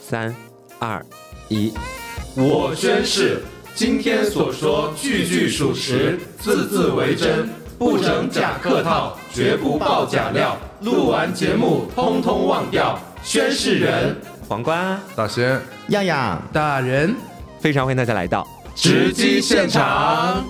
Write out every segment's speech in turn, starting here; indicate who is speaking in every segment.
Speaker 1: 三、二、一。
Speaker 2: 我宣誓，今天所说句句属实，字字为真，不整假客套，绝不爆假料。录完节目，通通忘掉。宣誓人，
Speaker 1: 皇冠
Speaker 3: 大仙，
Speaker 4: 样样，
Speaker 5: 大人，
Speaker 1: 非常欢迎大家来到。
Speaker 2: 直击现场。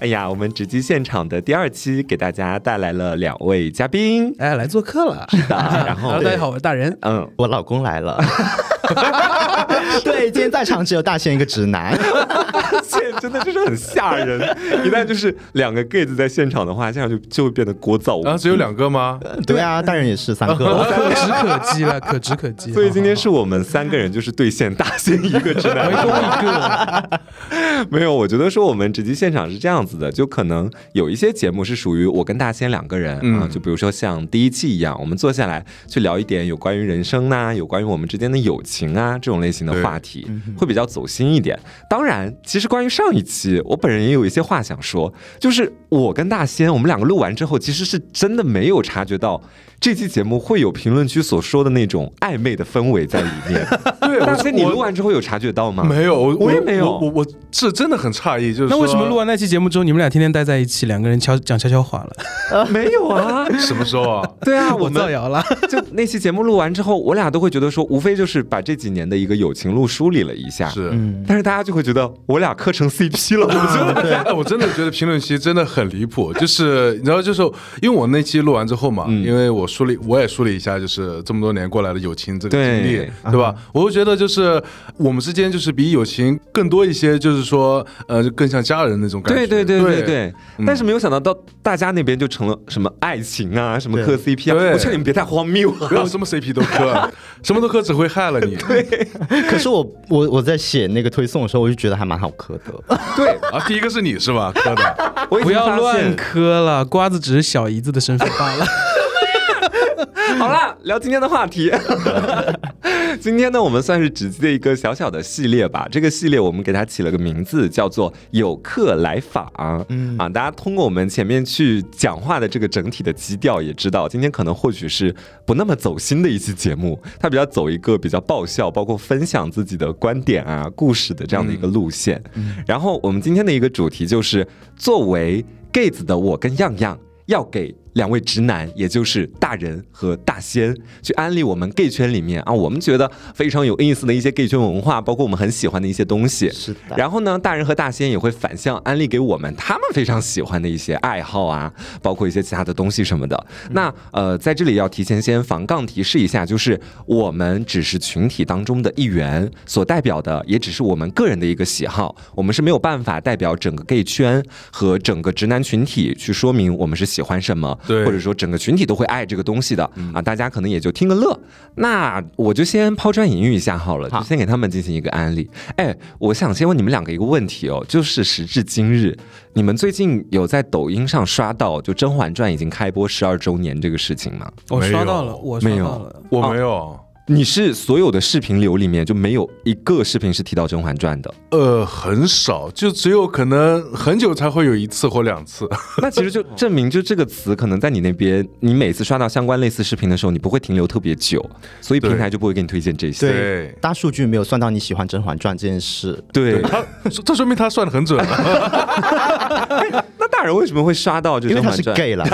Speaker 1: 哎呀，我们直击现场的第二期给大家带来了两位嘉 宾。
Speaker 5: 哎，来做客了。
Speaker 1: 是的，然后
Speaker 5: 大家好，我是大人。
Speaker 1: 嗯，
Speaker 4: 我老公来了。 对，今天在场只有大仙一个直男。
Speaker 1: 现真的就是很吓 人，一旦就是两个 gay 子在现场的话，现场就就会变得聒噪无
Speaker 3: 然后只有两个 吗？
Speaker 4: 对啊，大人也是三个。
Speaker 5: 可止可击了，可止可击。
Speaker 1: 所以今天是我们三个人就是兑现大仙一个直 男，围攻一个。 没有，我觉得说我们直击现场是这样子的，就可能有一些节目是属于我跟大仙两个人、啊，就比如说像第一期一样，我们坐下来去聊一点有关于人生呐、有关于我们之间的友情啊这种类型的话题，会比较走心一点。当然，其实关于上一期，我本人也有一些话想说，就是我跟大仙我们两个录完之后，其实是真的没有察觉到这期节目会有评论区所说的那种暧昧的氛围在里面。对，大仙，你录完之后有察觉到吗？
Speaker 3: 没有，我
Speaker 1: 我也没有
Speaker 3: 我我我是真的很诧异，就是
Speaker 5: 那
Speaker 3: 说
Speaker 5: 为什么录完那期节目之后，你们俩天天待在一起，两个人悄讲悄悄话 了？
Speaker 1: 没有啊。
Speaker 3: 什么时候啊？
Speaker 1: 对啊，我
Speaker 5: 造
Speaker 1: 们
Speaker 5: 谣了。
Speaker 1: 就那期节目录完之后，我俩都会觉得说，无非就是把这几年的一个友情路梳理了一下。，
Speaker 3: 是，
Speaker 4: 嗯，
Speaker 1: 但是大家就会觉得我俩磕成 CP 了。 我觉得
Speaker 3: 哎，我真的觉得评论区真的很离谱，就是你知道，就是因为我那期录完之后嘛，
Speaker 1: 嗯
Speaker 3: 因为我梳理，我也梳理一下，就是这么多年过来的友情这个
Speaker 1: 对
Speaker 3: 经历，对吧？我会觉得就是我们之间就是比友情更多一些，就是说呃，就更像家人那种感觉。
Speaker 1: 对对对对
Speaker 3: 对
Speaker 1: 对，嗯但是没有想到到大家那边就成了什么爱情啊，什么磕 CP 啊，
Speaker 3: 对
Speaker 1: 我劝你们别太荒谬啊了。
Speaker 3: 不要什么 CP 都磕，什么都磕只会害了你。对
Speaker 4: 可是我我我在写那个推送的时候，我就觉得还蛮好磕 的。
Speaker 3: 啊，第一个是你是吧？磕的，
Speaker 1: 我已
Speaker 5: 不
Speaker 1: 经
Speaker 5: 要
Speaker 1: 发
Speaker 5: 乱
Speaker 1: 现。
Speaker 5: 磕了，瓜子只是小姨子的身份罢了。
Speaker 1: 好啦，聊今天的话题。 今天呢，我们算是只记的一个小小的系列吧。这个系列我们给它起了个名字，叫做“有客来访”。嗯啊，大家通过我们前面去讲话的这个整体的基调，也知道今天可能或许是不那么走心的一期节目，它比较走一个比较爆笑，包括分享自己的观点啊、故事的这样的一个路线。然后我们今天的一个主题就是，作为 gay 子的我跟样样。要给两位直男，也就是大人和大仙，去安利我们 gay 圈里面啊，我们觉得非常有意思的一些 gay 圈文化，包括我们很喜欢的一些东西。
Speaker 4: 是的
Speaker 1: 然后呢，大人和大仙也会反向安利给我们他们非常喜欢的一些爱好啊，包括一些其他的东西什么的。那呃，在这里要提前先防杠提示一下，就是我们只是群体当中的一员，所代表的也只是我们个人的一个喜好，我们是没有办法代表整个 gay 圈和整个直男群体去说明我们是喜欢什么，
Speaker 3: 对
Speaker 1: 或者说整个群体都会爱这个东西的啊。大家可能也就听个乐。那我就先抛砖引玉一下好了，就
Speaker 4: 好
Speaker 1: 先给他们进行一个安利。哎，我想先问你们两个一个问题哦，就是时至今日，你们最近有在抖音上刷到就《甄嬛传》已经开播十二周年这个事情吗？
Speaker 5: 我
Speaker 3: 没
Speaker 5: 刷
Speaker 3: 有
Speaker 5: 到了，我刷
Speaker 1: 没有
Speaker 5: 到了。
Speaker 3: 我没有。
Speaker 1: 你是所有的视频流里面就没有一个视频是提到《甄嬛传》的，
Speaker 3: 呃，很少，就只有可能很久才会有一次或两次。
Speaker 1: 那其实就证明就这个词可能在你那边，你每次刷到相关类似视频的时候，你不会停留特别久，所以平台就不会给你推荐这些。
Speaker 3: 对
Speaker 4: 大数据没有算到你喜欢《甄嬛传》这件事。
Speaker 1: 对，
Speaker 3: 他这说明他算的很准啊了。
Speaker 1: 那大人为什么会刷到就《
Speaker 4: 因为
Speaker 1: 甄
Speaker 4: 他
Speaker 1: 嬛
Speaker 4: 是
Speaker 1: 传》？
Speaker 4: gay 啦，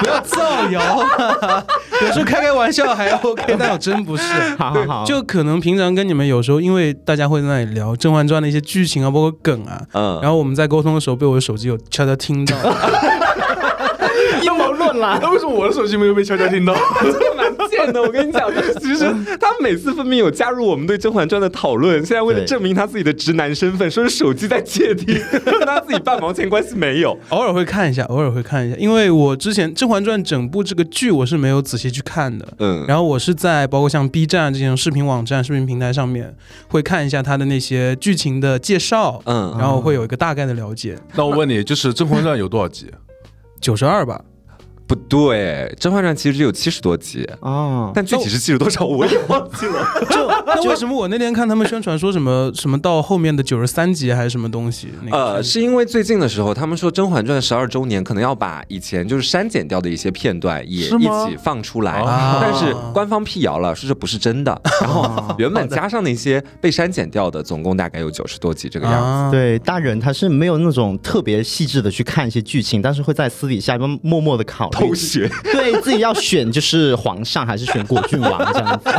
Speaker 5: 不要造谣啊！ 有时候开开玩笑还 OK，但我真不是。
Speaker 4: 好好好，
Speaker 5: 就可能平常跟你们有时候，因为大家会在那里聊《甄嬛传》的一些剧情啊，包括梗啊，
Speaker 1: 嗯
Speaker 5: 然后我们在沟通的时候被我的手机有悄悄听到，
Speaker 4: 阴谋论啦。
Speaker 3: 那为什么我的手机没有被悄悄 听到？
Speaker 1: 蛮贱的，我跟你讲， 其实他每次分明有加入我们对《甄嬛传》的讨论，现在为了
Speaker 4: 对
Speaker 1: 证明他自己的直男身份，说是手机在窃听， 跟他自己半毛钱关系没有。
Speaker 5: 偶尔会看一下，偶尔会看一下，因为我之前《甄嬛传》整部这个剧我是没有仔细去看的，
Speaker 1: 嗯，
Speaker 5: 然后我是在包括像 B 站这种视频网站、视频平台上面会看一下它的那些剧情的介绍，
Speaker 1: 嗯
Speaker 5: 然后会有一个大概的了解，
Speaker 3: 那我问你，就是《甄嬛传》有多少集？
Speaker 5: 九十二吧，
Speaker 1: 不不对，《甄嬛传》其实只有七十多集，
Speaker 4: 哦，
Speaker 1: 但具体是记了多少我也忘记了。
Speaker 5: 就那为什么我那天看他们宣传说什么什么到后面的九十三集还是什么东西？那个啊
Speaker 1: 呃，
Speaker 5: 宣
Speaker 1: 是因为最近的时候，他们说《甄嬛传》十二周年，可能要把以前就是删减掉的一些片段也
Speaker 3: 是
Speaker 1: 一
Speaker 3: 吗
Speaker 1: 起放出来
Speaker 5: 哦，
Speaker 1: 但是官方辟谣了，说这不是真 的。然后原本加上那些被删减掉的，总共大概有九十多集这个样子。
Speaker 5: 啊，
Speaker 4: 对，大人他是没有那种特别细致的去看一些剧情，但是会在私底下默默的考虑，
Speaker 1: 偷学，
Speaker 4: 对自己要选就是皇上还是选果郡王这 样子。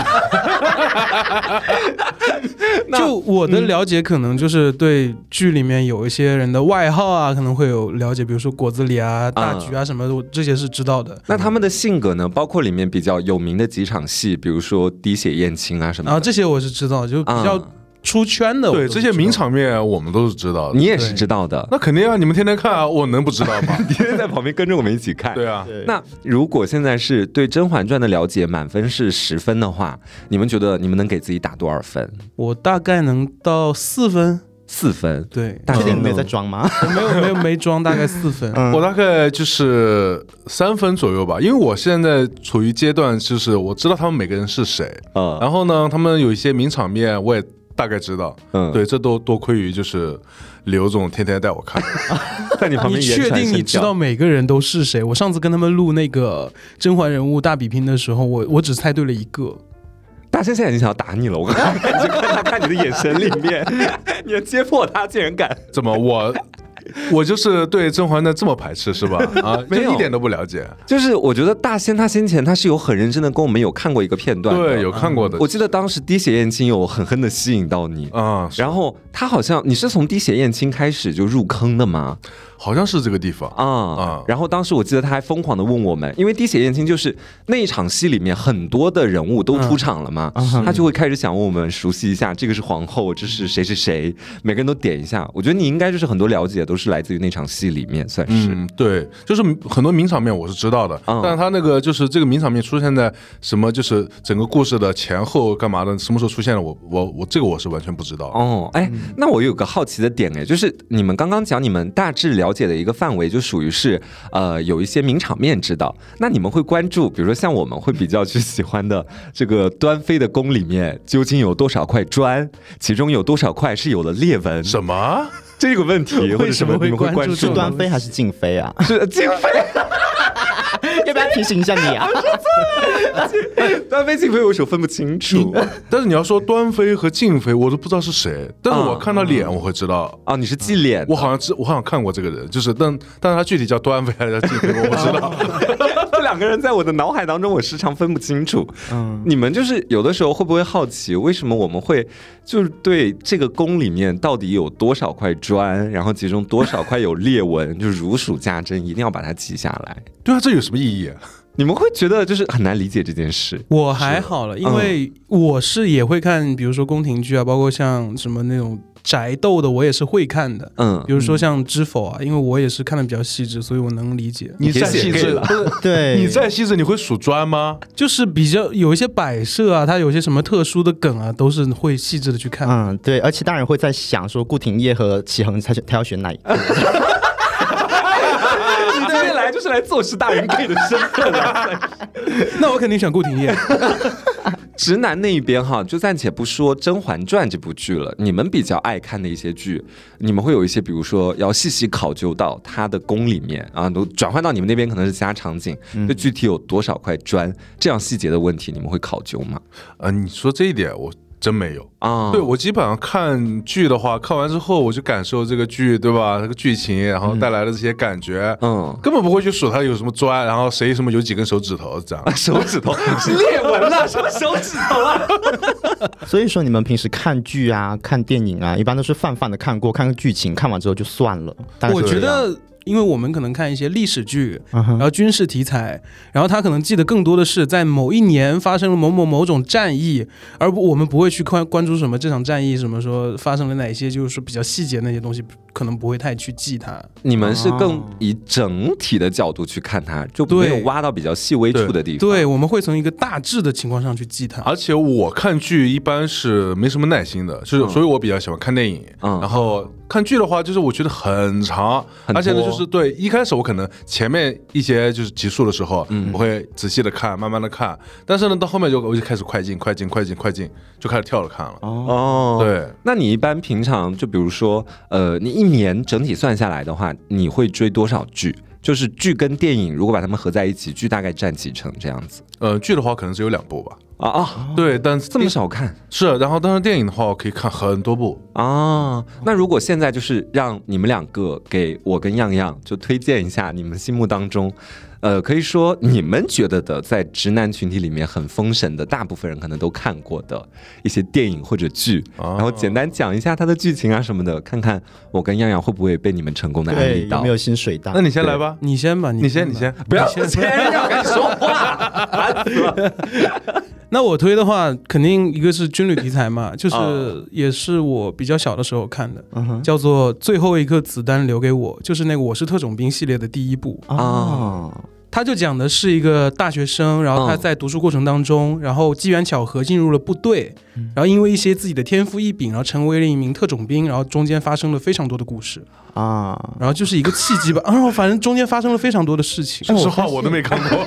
Speaker 5: 就我的了解，可能就是对剧里面有一些人的外号啊，可能会有了解，比如说果子狸啊、
Speaker 1: 嗯
Speaker 5: 大橘啊什么的，我这些是知道的。
Speaker 1: 那他们的性格呢？包括里面比较有名的几场戏，比如说滴血验亲啊什么
Speaker 5: 然
Speaker 1: 的。
Speaker 5: 后这些我是知道，就比较
Speaker 1: 嗯
Speaker 5: 出圈的。我
Speaker 3: 对
Speaker 5: 都
Speaker 3: 这些
Speaker 5: 知道
Speaker 3: 名，场面我们都是知道的。
Speaker 1: 嗯你也是知道的，
Speaker 3: 那肯定啊，你们天天看啊，我能不知道吗？
Speaker 1: 天 天在旁边跟着我们一起看。
Speaker 3: 对啊，
Speaker 4: 对
Speaker 1: 那如果现在是对《甄嬛传》的了解满分是十分的话，你们觉得你们能给自己打多少分？
Speaker 5: 我大概能到四分。
Speaker 1: 四分。
Speaker 5: 对，
Speaker 1: 大
Speaker 4: 确定
Speaker 1: 人
Speaker 4: 你没有在装吗？
Speaker 5: 我没有没有没装，大概四分。
Speaker 4: 嗯
Speaker 3: 啊我大概就是三分左右吧，因为我现在处于阶段，就是我知道他们每个人是谁，
Speaker 1: 呃
Speaker 3: 然后呢，他们有一些名场面我也大概知道，
Speaker 1: 嗯
Speaker 3: 对，这都多亏于就是刘总天天带我看，
Speaker 1: 在 你旁
Speaker 5: 你
Speaker 1: 边言
Speaker 5: 确
Speaker 1: 传
Speaker 5: 定你
Speaker 1: 身
Speaker 5: 知
Speaker 1: 教
Speaker 5: 道每个人都是谁？我上次跟他们录那个甄嬛人物大比拼的时候，我我只猜对了一个。
Speaker 1: 大仙现在已经想要打你了，我 看感觉看他看你的眼神里面， 你要揭破他竟然敢。
Speaker 3: 怎么我？ 我就是对甄嬛传这么排斥是吧？ 啊，
Speaker 1: 没有
Speaker 3: 就一点都不了解。
Speaker 1: 就是我觉得大仙他先前他是有很认真的跟我们有看过一个片段的，
Speaker 3: 对，有看过的
Speaker 1: 我记得当时滴血验亲有狠狠的吸引到你。
Speaker 3: 啊，
Speaker 1: 然后他好像你是从滴血验亲开始就入坑的吗？
Speaker 3: 好像是这个地方
Speaker 1: 啊、
Speaker 3: 啊
Speaker 1: 然后当时我记得他还疯狂的问我们，因为滴血验亲就是那一场戏里面很多的人物都出场了嘛，
Speaker 3: 嗯啊
Speaker 1: 他就会开始想问我们熟悉一下，这个是皇后，这是谁谁谁，每个人都点一下。我觉得你应该就是很多了解都是来自于那场戏里面，算是。
Speaker 3: 嗯，对，就是很多名场面我是知道的，
Speaker 1: 嗯
Speaker 3: 但是他那个就是这个名场面出现在什么，就是整个故事的前后干嘛的，什么时候出现了，我我我这个我是完全不知道。
Speaker 1: 哦，哎，
Speaker 5: 嗯
Speaker 1: 那我有个好奇的点哎，就是你们刚刚讲你们大致了解的一个范围，就属于是呃有一些名场面知道，那你们会关注，比如说像我们会比较去喜欢的这个端妃的宫里面究竟有多少块砖，其中有多少块是有了裂纹，
Speaker 3: 什么？
Speaker 1: 这个问题或者什么你们
Speaker 5: 为什么
Speaker 1: 会
Speaker 5: 会
Speaker 1: 关
Speaker 5: 关注
Speaker 1: 注呃
Speaker 4: 是
Speaker 1: 吗？
Speaker 4: 端妃还是静妃啊？
Speaker 1: 是静妃，
Speaker 4: 要不要提醒一下 你啊？
Speaker 1: 端妃静妃我有时候分不清楚
Speaker 3: 但是你要说端妃和静妃，我都不知道是谁，但是
Speaker 1: 嗯
Speaker 3: 我看到脸我会知道。
Speaker 1: 啊，你是记脸的，
Speaker 3: 我好像知，我好像看过这个人，就是，但但是他具体叫端妃还是叫静妃，我不知道。
Speaker 1: 嗯 这两个人在我的脑海当中，我时常分不清楚。你们就是有的时候会不会好奇，为什么我们会就是对这个宫里面到底有多少块砖，然后其中多少块有裂纹，就如数家珍，一定要把它记下来？
Speaker 3: 对啊，这有什么意义？
Speaker 1: 你们会觉得就是很难理解这件事。
Speaker 5: 我还好了，因为嗯我是也会看，比如说宫廷剧啊，包括像什么那种宅斗的，我也是会看的。
Speaker 1: 嗯
Speaker 5: 比，如说像《知否》啊，因为我也是看的比较细致，所以我能理解，
Speaker 1: 你别
Speaker 3: 再
Speaker 1: 写
Speaker 3: 细
Speaker 1: gay
Speaker 3: 致
Speaker 1: 了，
Speaker 3: 不是
Speaker 4: 对，
Speaker 3: 你再细致，你会数砖吗？
Speaker 5: 就是比较有一些摆设啊，它有一些什么特殊的梗啊，都是会细致的去看。
Speaker 4: 嗯，对，而且大人会在想说顾廷烨和齐衡他选他要 选哪一个？
Speaker 1: 你今天来就是来坐实大人 gay 的身份啊了。
Speaker 5: 那我肯定选顾廷烨。
Speaker 1: 直男那一边哈，就暂且不说《甄嬛传》这部剧了，你们比较爱看的一些剧，你们会有一些，比如说要细细考究到它的宫里面啊，都转换到你们那边可能是其他场景，
Speaker 5: 嗯
Speaker 1: 就具体有多少块砖，这样细节的问题你们会考究吗？
Speaker 3: 啊，你说这一点我真没有。
Speaker 1: 啊，
Speaker 3: 对，我基本上看剧的话，看完之后我就感受这个剧，对吧？这个剧情，然后带来的这些感觉，
Speaker 1: 嗯，。
Speaker 3: 根本不会去数它有什么砖，然后谁什么有几根手指头这样
Speaker 1: 手 指头是裂纹了，什么手指头啊？
Speaker 4: 所以说你们平时看剧啊、看电影啊，一般都是泛泛的看过，看个剧情，看完之后就算了。大概
Speaker 5: 我
Speaker 4: 是
Speaker 5: 觉
Speaker 4: 这样，
Speaker 5: 得，因为我们可能看一些历史剧，
Speaker 4: 嗯
Speaker 5: 然
Speaker 4: 哼
Speaker 5: 后军事题材，然后他可能记得更多的是在某一年发生了某某某种战役，而不我们不会去关关注什么这场战役什么说发生了哪些，就是说比较细节那些东西，可能不会太去记它。
Speaker 1: 你们是更以整体的角度去看它，就没有
Speaker 5: 啊对
Speaker 1: 挖到比较细微处的地方。
Speaker 5: 对，我们会从一个大致的情况上去记它。
Speaker 3: 而且我看剧一般是没什么耐心的，就是所以我比较喜欢看电影。
Speaker 1: 嗯
Speaker 3: 然后看剧的话，就是我觉得很长，
Speaker 1: 很
Speaker 3: 而且呢，
Speaker 1: 多
Speaker 3: 就是对一开始我可能前面一些就是集数的时候，
Speaker 1: 嗯
Speaker 3: 我会仔细的看，慢慢的看，但是呢，到后面就我就开始快进，快进，快进，快进，就开始跳着看了。
Speaker 1: 哦，
Speaker 3: 对。
Speaker 1: 那你一般平常就比如说，呃，你一年整体算下来的话，你会追多少剧？就是剧跟电影，如果把它们合在一起，剧大概占几成这样子？
Speaker 3: 呃，剧的话可能只有两部吧。
Speaker 1: 啊啊，
Speaker 5: 哦
Speaker 3: 对，但是
Speaker 1: 这么少看
Speaker 3: 是，然后但是电影的话，我可以看很多部。
Speaker 1: 啊？那如果现在就是让你们两个给我跟样样就推荐一下你们心目当中，呃，可以说你们觉得的在直男群体里面很封神的，大部分人可能都看过的一些电影或者剧，
Speaker 3: 哦
Speaker 4: 啊
Speaker 1: 然后简单讲一下它的剧情啊什么的，看看我跟样样会不会被你们成功的安
Speaker 4: 对，
Speaker 1: 利
Speaker 4: 有
Speaker 1: 到
Speaker 4: 没。有新水弹？
Speaker 3: 那你先来吧，
Speaker 5: 啊你先吧，
Speaker 3: 你先，
Speaker 5: 吧
Speaker 3: 你先。
Speaker 1: 不要先 要敢说话，烦死了。
Speaker 5: 那我推的话，肯定一个是军旅题 材嘛，就
Speaker 1: 啊
Speaker 5: 是也是我比较小的时候看的，
Speaker 4: 嗯哼
Speaker 5: 叫做《最后一颗子弹留给我》，就是那个《我是特种兵》系列的第一部。
Speaker 4: 哦，
Speaker 5: 他就讲的是一个大学生，然后他在读书过程当中，然后机缘巧合进入了部队，
Speaker 3: 嗯
Speaker 5: 然后因为一些自己的天赋异禀，然后成为了一名特种兵，然后中间发生了非常多的故事，
Speaker 4: 啊，
Speaker 5: 然后就是一个契机吧， 然后反正中间发生了非常多的事情。
Speaker 3: 说实话，我都没看 过。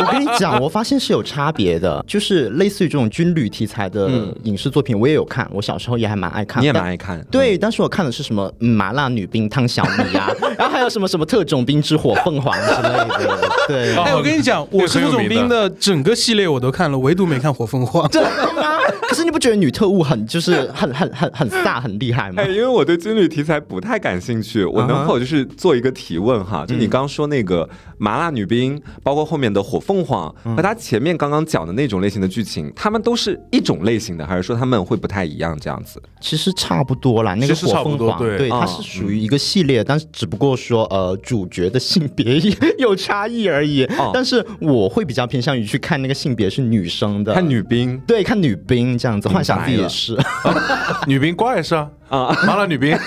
Speaker 4: 我跟你讲，我发现是有差别的，就是类似于这种军旅题材的影视作品，我也有看，我小时候也还蛮爱看，
Speaker 1: 你也
Speaker 4: 但
Speaker 1: 蛮爱看，
Speaker 4: 对，当时我看的是什么嗯麻辣女兵汤小 米啊，然后还有什么什么特种兵之火凤凰之类的， 对，
Speaker 5: 哎，我跟你讲，
Speaker 3: 那
Speaker 5: 我
Speaker 3: 个
Speaker 5: 是
Speaker 3: 很有
Speaker 5: 特种
Speaker 3: 名
Speaker 5: 兵
Speaker 3: 的
Speaker 5: 的整个系列我都看了，唯独没看《火 凤凰》。
Speaker 4: 真的吗？可是你不觉得女特务很就是很很很很飒很厉害吗
Speaker 1: 哎，？因为我对军旅题材不太感兴趣，我能否就是做一个提问哈？就你刚说那个麻辣女兵，包括后面的火凤凰，和他前面刚刚讲的那种类型的剧情，他们都是一种类型的，还是说他们会不太一样这样子？
Speaker 4: 其实差不多啦，那
Speaker 3: 其
Speaker 4: 个
Speaker 3: 实差
Speaker 4: 火
Speaker 3: 不
Speaker 4: 凤
Speaker 3: 多
Speaker 4: 凰，
Speaker 3: 对
Speaker 4: 它
Speaker 1: 嗯
Speaker 4: 是属于一个系列，但是只不过说呃主角的性别有差异而已。
Speaker 1: 哦
Speaker 4: 但是我会比较偏向于去看那个性别是女生的，
Speaker 1: 看女兵
Speaker 4: 对看女兵这样子，幻想自己也是。
Speaker 3: 女兵怪是啊，
Speaker 1: 啊，
Speaker 3: 麻辣女兵。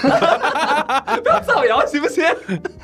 Speaker 1: 不要造谣行不行？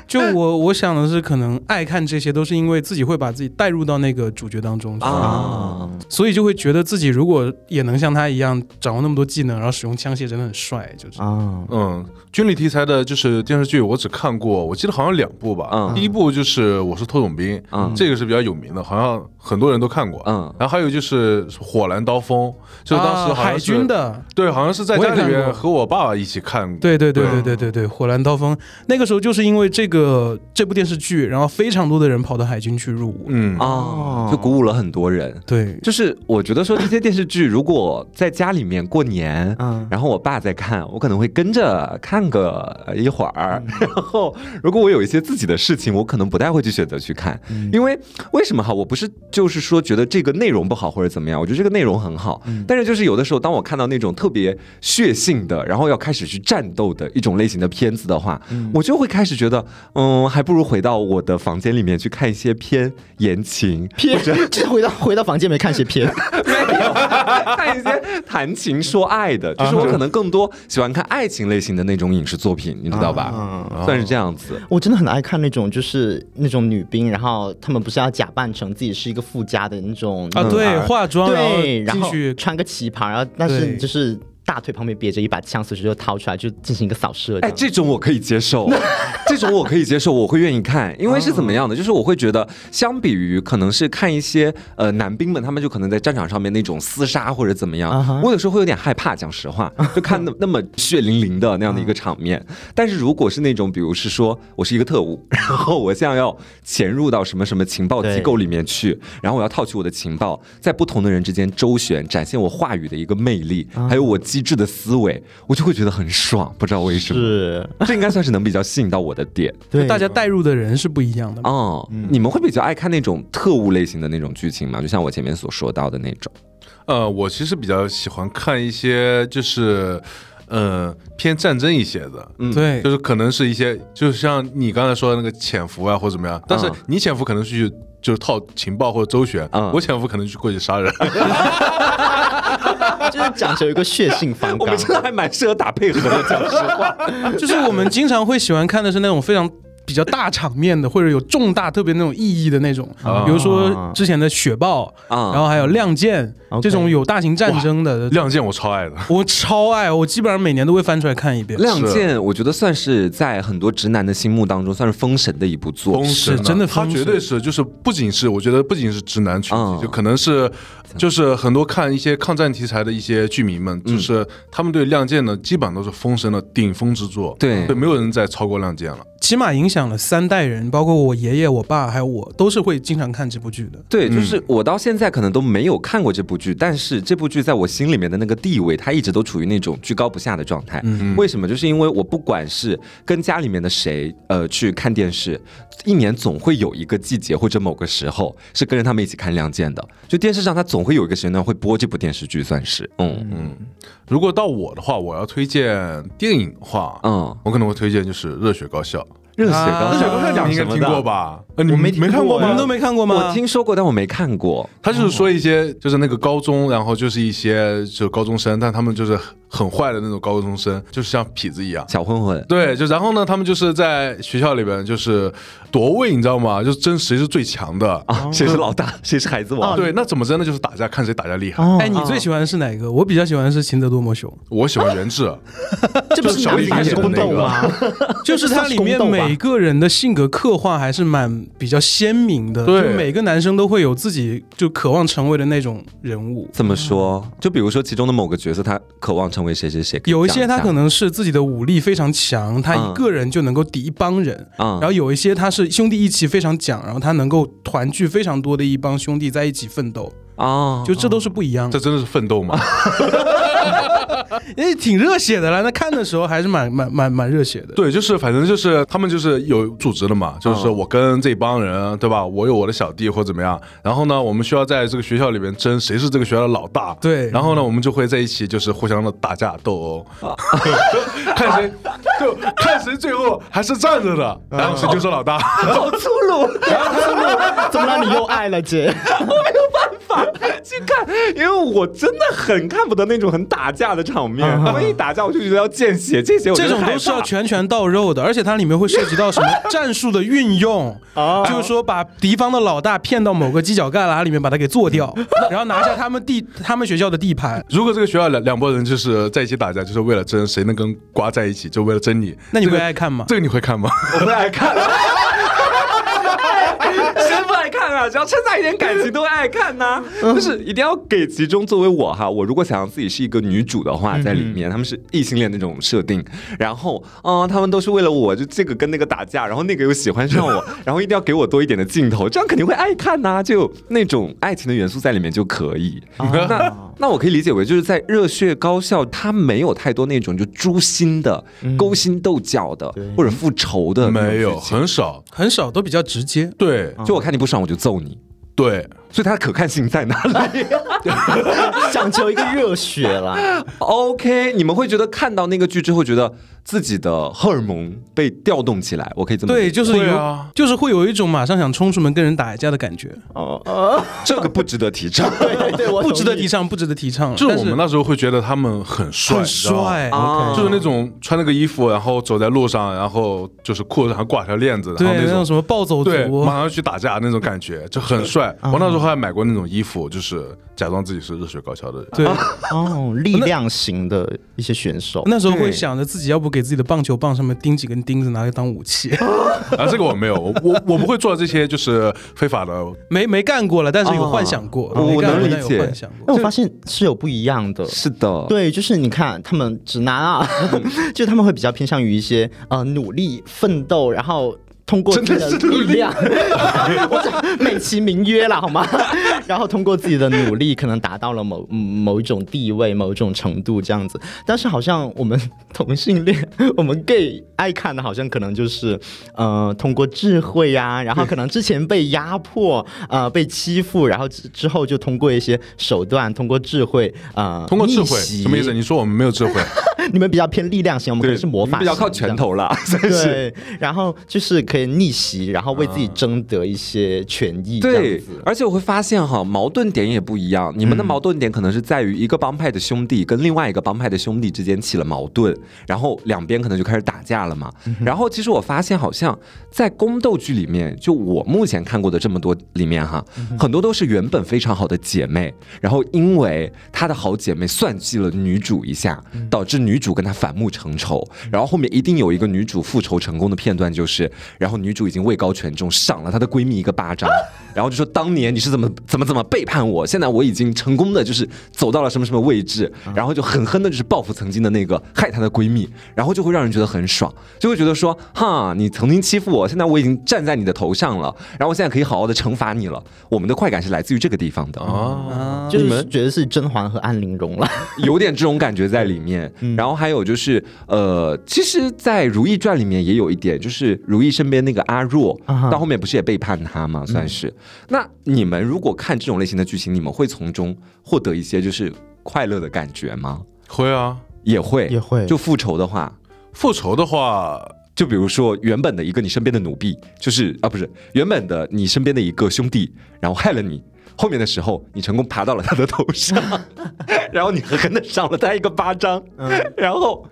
Speaker 5: 就我我想的是，可能爱看这些都是因为自己会把自己带入到那个主角当中去，
Speaker 1: 啊，
Speaker 5: 所以就会觉得自己如果也能像他一样掌握那么多技能，然后使用枪械，真的很帅，就是。
Speaker 4: 啊，
Speaker 3: 嗯，军旅题材的就是电视剧，我只看过，我记得好像两部吧。
Speaker 1: 嗯
Speaker 3: 第一部就是《我是特种兵》，
Speaker 1: 嗯
Speaker 3: 这个是比较有名的，好像很多人都看过。
Speaker 1: 嗯
Speaker 3: 然后还有就是《火蓝刀锋》，就是当时好
Speaker 5: 啊
Speaker 3: 像
Speaker 5: 海
Speaker 3: 是、
Speaker 5: 军的，
Speaker 3: 对，好像是在
Speaker 5: 我也
Speaker 3: 家里
Speaker 5: 看
Speaker 3: 面
Speaker 5: 过
Speaker 3: 和我爸爸一起看过。
Speaker 5: 对对对对对对对，火蓝刀锋那个时候就是因为这个这部电视剧，然后非常多的人跑到海军去入伍。
Speaker 3: 嗯，
Speaker 1: 啊，就鼓舞了很多人。
Speaker 5: 对，
Speaker 1: 就是我觉得说这些电视剧，如果在家里面过年，
Speaker 4: 嗯
Speaker 1: 然后我爸在看，我可能会跟着看个呃一会儿。 然后如果我有一些自己的事情，我可能不太会去选择去看，因为为什么哈？我不是就是说觉得这个内容不好或者怎么样，我觉得这个内容很好，但是就是有的时候，当我看到那种特别血性的，然后要开始去战斗的一种类型的片子的话，我就会开始觉得，嗯，还不如回到我的房间里面去看一些偏言情
Speaker 4: 偏 就是回到回到房间没看些 片，
Speaker 1: 没有 看一些谈情说爱的，就是
Speaker 4: 啊
Speaker 1: 我可能更多喜欢看爱情类型的那种影视作品，你知道吧？
Speaker 4: 嗯。
Speaker 1: 算是这样子。
Speaker 4: 我真的很爱看那种，就是那种女兵，然后她们不是要假扮成自己是一个富家的那种
Speaker 5: 啊，
Speaker 4: 女
Speaker 5: 对，
Speaker 3: 嗯
Speaker 4: 孩
Speaker 5: 化妆然后
Speaker 4: 对，然
Speaker 5: 进
Speaker 4: 后
Speaker 5: 去
Speaker 4: 穿个旗袍，然后但是
Speaker 5: 对
Speaker 4: 你就是大腿旁边别着一把枪，随时就掏出来，就进行一个扫射。
Speaker 1: 哎，这种我可以接 受，这种我可以接受，我会愿意看，因为是怎么样的？就是我会觉得，相比于可能是看一些呃男兵们，他们就可能在战场上面那种厮杀或者怎么
Speaker 4: 啊哈
Speaker 1: 样，我有时候会有点害怕，讲实 话，就看那那么血淋淋的那样的一个场
Speaker 4: 啊
Speaker 1: 面。但是如果是那种，比如是说我是一个特务， 然后我现在要潜入到什么什么情报机构里面
Speaker 4: 啊
Speaker 1: 去，然后我要套取我的情报，在不同的人之间周旋，展现我话语的一个魅力，
Speaker 4: 啊
Speaker 1: 还有我机智的思维，我就会觉得很爽，不知道为什么。
Speaker 4: 是
Speaker 1: 这应该算是能比较吸引到我的点
Speaker 4: 对
Speaker 5: 大家带入的人是不一
Speaker 3: 嗯
Speaker 5: 样的。
Speaker 1: 哦。你们会比较爱看那种特务类型的那种剧情吗？就像我前面所说到的那种
Speaker 3: 呃，我其实比较喜欢看一些就是，呃，偏战争一些的，嗯，
Speaker 5: 对
Speaker 3: 就，是可能是一些，就是像你刚才说的那个潜伏啊，或者怎么样。但是
Speaker 1: 嗯
Speaker 3: 你潜伏可能是去就是套情报或者周旋，
Speaker 1: 嗯
Speaker 3: 我潜伏可能去过去杀人。
Speaker 4: 就是讲求一个血性反
Speaker 6: 我
Speaker 4: 刚
Speaker 6: 们。真的还蛮适合打配合的， 讲实话。
Speaker 5: 就是我们经常会喜欢看的是那种非常。比较大场面的，或者有重大特别那种意义的那种，比如说之前的《雪豹》
Speaker 6: 啊
Speaker 3: 哦
Speaker 5: 然后还有《亮剑》
Speaker 4: OK
Speaker 5: 这种有大型战争的，
Speaker 3: 亮剑我超爱的，
Speaker 5: 我超爱，我基本上每年都会翻出来看一遍，
Speaker 6: 《亮剑》我觉得算是在很多直男的心目当中算是封神的一部作
Speaker 3: 封
Speaker 6: 品。
Speaker 3: 神啊
Speaker 5: 是真的
Speaker 3: 他
Speaker 5: 封神
Speaker 3: 绝对是，就是不仅是我觉得不仅是直男群体，
Speaker 6: 嗯
Speaker 3: 就可能是就是很多看一些抗战题材的一些剧迷们，
Speaker 5: 嗯
Speaker 3: 就是他们对《亮剑》呢，基本上都是封神的顶峰之作，
Speaker 6: 对
Speaker 3: 对，没有人再超过《亮剑》了。
Speaker 5: 起码影响了三代人，包括我爷爷、我爸还有我，都是会经常看这部剧的。
Speaker 6: 对，
Speaker 3: 嗯
Speaker 6: 就是我到现在可能都没有看过这部剧，但是这部剧在我心里面的那个地位，它一直都处于那种居高不下的状态。
Speaker 3: 嗯
Speaker 6: 为什么？就是因为我不管是跟家里面的谁，呃，去看电视，一年总会有一个季节或者某个时候是跟着他们一起看《亮剑》的，就电视上它总会有一个时间段会播这部电视剧，算是，嗯嗯
Speaker 3: 如果到我的话，我要推荐电影的话，
Speaker 6: 嗯，
Speaker 3: 我可能会推荐就是《热血高校》，
Speaker 6: 热血
Speaker 5: 啊
Speaker 6: 高
Speaker 5: 热血
Speaker 6: 校
Speaker 5: 高校
Speaker 3: 你
Speaker 6: 讲
Speaker 3: 应该
Speaker 6: 什么
Speaker 3: 听
Speaker 6: 的
Speaker 3: 过？吧？呃，你
Speaker 4: 我
Speaker 3: 没
Speaker 4: 没听
Speaker 3: 看过
Speaker 4: 过
Speaker 5: 你
Speaker 3: 吗哦
Speaker 5: 们？都没看过吗？
Speaker 6: 我听说过，但我没看过。
Speaker 3: 他就是说一些，就是那个高中，然后就是一些就是高中生，但他们就是很很坏的那种高中生，就是像痞子一样。
Speaker 6: 小混混，
Speaker 3: 对，就然后呢，他们就是在学校里边就是夺位，你知道吗？就是争谁是最强的。
Speaker 6: 啊，谁是老大，谁是孩子
Speaker 1: 啊
Speaker 6: 王？
Speaker 3: 啊对，那怎么争呢？就是打架，看谁打架厉害。
Speaker 4: 哦，
Speaker 5: 哎，你最喜欢的是哪个？我比较喜欢的是《秦泽多摩熊
Speaker 3: 我喜欢原志， 啊
Speaker 4: 这不是
Speaker 3: 小
Speaker 4: 男
Speaker 3: 李
Speaker 4: 女
Speaker 3: 演的
Speaker 4: 宫
Speaker 3: 那
Speaker 4: 斗
Speaker 3: 个
Speaker 4: 吗？》，
Speaker 5: 就是它里面
Speaker 4: 这是宫斗吧
Speaker 5: 每个人的性格刻画还是蛮比较鲜明的，
Speaker 3: 对
Speaker 5: 就每个男生都会有自己就渴望成为的那种人物。
Speaker 6: 怎么说？就比如说其中的某个角色，他渴望成为谁谁谁，
Speaker 5: 有一些他可
Speaker 6: 能
Speaker 5: 能是自己的武力非常强，他
Speaker 6: 嗯
Speaker 5: 一个人就能够敌一帮人；
Speaker 6: 啊
Speaker 5: 然后有一些他是兄弟义气非常讲，然后他能够团聚非常多的一帮兄弟在一起奋斗，
Speaker 6: 啊，
Speaker 5: 就这都是不一样
Speaker 3: 这
Speaker 5: 的，
Speaker 3: 真的是奋斗吗？
Speaker 5: 也挺热血的啦。那看的时候还是蛮蛮蛮蛮热血的。
Speaker 3: 对，就是反正就是他们就是有组织的嘛，就是
Speaker 6: 嗯
Speaker 3: 我跟这帮人，对吧？我有我的小弟或怎么样，然后呢，我们需要在这个学校里边争谁是这个学校的老大。
Speaker 5: 对
Speaker 3: 然后呢，我们就会在一起就是互相的打架斗殴， 看谁就看谁最后还是站着的，
Speaker 5: 嗯
Speaker 3: 然后谁就是老大。
Speaker 6: 好粗鲁，
Speaker 4: 怎么了？你又爱了姐？
Speaker 6: 去看，因为我真的很看不得那种很打架的场面，他们一打架我就觉得要见血，见血我就
Speaker 5: 啊这种
Speaker 6: 害
Speaker 5: 都
Speaker 6: 怕
Speaker 5: 是要拳拳到肉的，而且它里面会涉及到什么战术的运用，啊
Speaker 6: 啊
Speaker 5: 就是说把敌方的老大骗到某个犄角旮旯里面，把他给做掉，然后拿下他们地他们学校的地盘。
Speaker 3: 如果这个学校两两拨人就是在一起打架，就是为了争谁能跟瓜在一起，就为了争你。
Speaker 5: 那你
Speaker 3: 这
Speaker 5: 会
Speaker 3: 个
Speaker 5: 爱看吗？
Speaker 3: 这个你会看吗？
Speaker 6: 我们爱看。谁不爱看啊？只要掺杂一点感情都爱看呐、就是一定要给其中作为我哈，我如果想让自己是一个女主的话，在里面他们是异性恋那种设定，然后嗯、他们都是为了我就这个跟那个打架，然后那个又喜欢上我， 然后一定要给我多一点的镜头，这样肯定会爱看呐、就有那种爱情的元素在里面就可以。
Speaker 3: 啊
Speaker 6: 那那我可以理解为就是在热血高校，它没有太多那种就诛心的、勾心斗角的或者复仇的那种
Speaker 3: 嗯没有，
Speaker 6: 剧情
Speaker 3: 很少。
Speaker 5: 很少，都比较直接。
Speaker 3: 对
Speaker 6: 就我看你不爽我就揍你，
Speaker 3: 对，
Speaker 6: 所以它的可看性在哪里
Speaker 4: 讲求一个热血啦，
Speaker 6: ？OK，你们会觉得看到那个剧之后，觉得自己的荷尔蒙被调动起来，我可以这么
Speaker 5: 对，
Speaker 6: 理解
Speaker 5: 就是
Speaker 3: 会
Speaker 5: 有，
Speaker 3: 啊
Speaker 5: 就是会有一种马上想冲出门跟人打一架的感觉，
Speaker 6: 这个不值得提倡。
Speaker 4: 对对对，我
Speaker 5: 不值得
Speaker 4: 同意
Speaker 5: 提倡，不值得提倡。
Speaker 3: 就是
Speaker 5: 但
Speaker 3: 我们那时候会觉得他们很帅，
Speaker 5: 很
Speaker 3: 你知道吗
Speaker 5: 帅，
Speaker 6: 啊
Speaker 3: 就是那种穿那个衣服，然后走在路上，然后就是裤子上挂条链子，然后
Speaker 5: 对那
Speaker 3: 种
Speaker 5: 种什么暴走
Speaker 3: 对，
Speaker 5: 族
Speaker 3: 马，上要去打架那种感觉，就很帅。
Speaker 5: 嗯
Speaker 3: 我那时候还买过那种衣服，就是假装自己是热血高校的人。
Speaker 5: 对，
Speaker 4: 哦，力量型的一些选手，哎
Speaker 5: 那时候会
Speaker 6: 对
Speaker 5: 想着自己要不给自己的棒球棒上面钉几根钉子拿来当武 器，
Speaker 3: 啊，这个我没有，我我我不会做这些就是非法的。
Speaker 5: 没没干过了，但是有
Speaker 6: 啊
Speaker 5: 幻想过，
Speaker 6: 我
Speaker 5: 没干过
Speaker 6: 能理
Speaker 5: 但有
Speaker 6: 解
Speaker 5: 幻想过。
Speaker 4: 那我发现是有不一样的。
Speaker 6: 是的，
Speaker 4: 对， 就是你看他们直男啊， 就他们会比较偏向于一些呃努力奋斗，然后通过自己的力量，我讲美其名曰啦，好吗？ 然后通过自己的努力，可能达到了某某一种地位、某一种程度这样子。但是好像我们同性恋，我们 gay 爱看的，好像可能就是呃通过智慧呀、然后可能之前被压迫、呃被欺负，然后之之后就通过一些手段，通过智慧啊、呃
Speaker 3: 通过智
Speaker 4: 逆
Speaker 3: 慧
Speaker 4: 袭
Speaker 3: 什么意思？你说我们没有智慧？
Speaker 4: 你们比较偏力量型，我们可
Speaker 6: 对，
Speaker 4: 能是魔法
Speaker 6: 比较
Speaker 4: 型
Speaker 6: 靠
Speaker 4: 这
Speaker 6: 拳
Speaker 4: 样
Speaker 6: 头啦，算是。
Speaker 4: 对，然后就是可以逆袭，然后为自己争得一些权益，这样
Speaker 6: 啊对
Speaker 4: 子，嗯
Speaker 6: 而且我会发现哈，矛盾点也不一样。你们的矛盾点可能是在于一个帮派的兄弟跟另外一个帮派的兄弟之间起了矛盾，然后两边可能就开始打架了嘛。
Speaker 4: 嗯
Speaker 6: 然后其实我发现好像在宫斗剧里面，就我目前看过的这么多里面哈，
Speaker 4: 嗯
Speaker 6: 很多都是原本非常好的姐妹，然后因为她的好姐妹算计了女主一下，
Speaker 4: 嗯
Speaker 6: 导致女主跟她反目成仇。然后后面一定有一个女主复仇成功的片段，就是然后女主已经位高权重，赏了她的闺蜜一个巴掌，然后就说当年你是怎么怎么怎么背叛我，现在我已经成功的就是走到了什么什么位置，然后就狠狠的就是报复曾经的那个害她的闺蜜，然后就会让人觉得很爽，就会觉得说哈，你曾经欺负我，现在我已经站在你的头上了，然后我现在可以好好的惩罚你了。我们的快感是来自于这个地方的
Speaker 5: 哦
Speaker 3: 啊，
Speaker 4: 就是觉得是甄嬛和安陵容了。
Speaker 6: 有点这种感觉在 里面。
Speaker 4: 嗯
Speaker 6: 然后还有就是，呃，其实，在《如懿传》里面也有一点，就是如懿身边那个阿若，
Speaker 4: 啊哈嗯
Speaker 6: 到后面不是也背叛她嘛，算是。那你们如果看这种类型的剧情，你们会从中获得一些就是快乐的感觉吗？
Speaker 3: 会啊。
Speaker 6: 也会，
Speaker 4: 也会
Speaker 6: 就复仇的话。
Speaker 3: 复仇的话，
Speaker 6: 就比如说，原本的一个你身边的奴婢，就是啊，不是原本的你身边的一个兄弟，然后害了你。后面的时候，你成功爬到了他的头 上，然后你狠狠的赏了他一个巴掌，
Speaker 3: 嗯
Speaker 6: 然后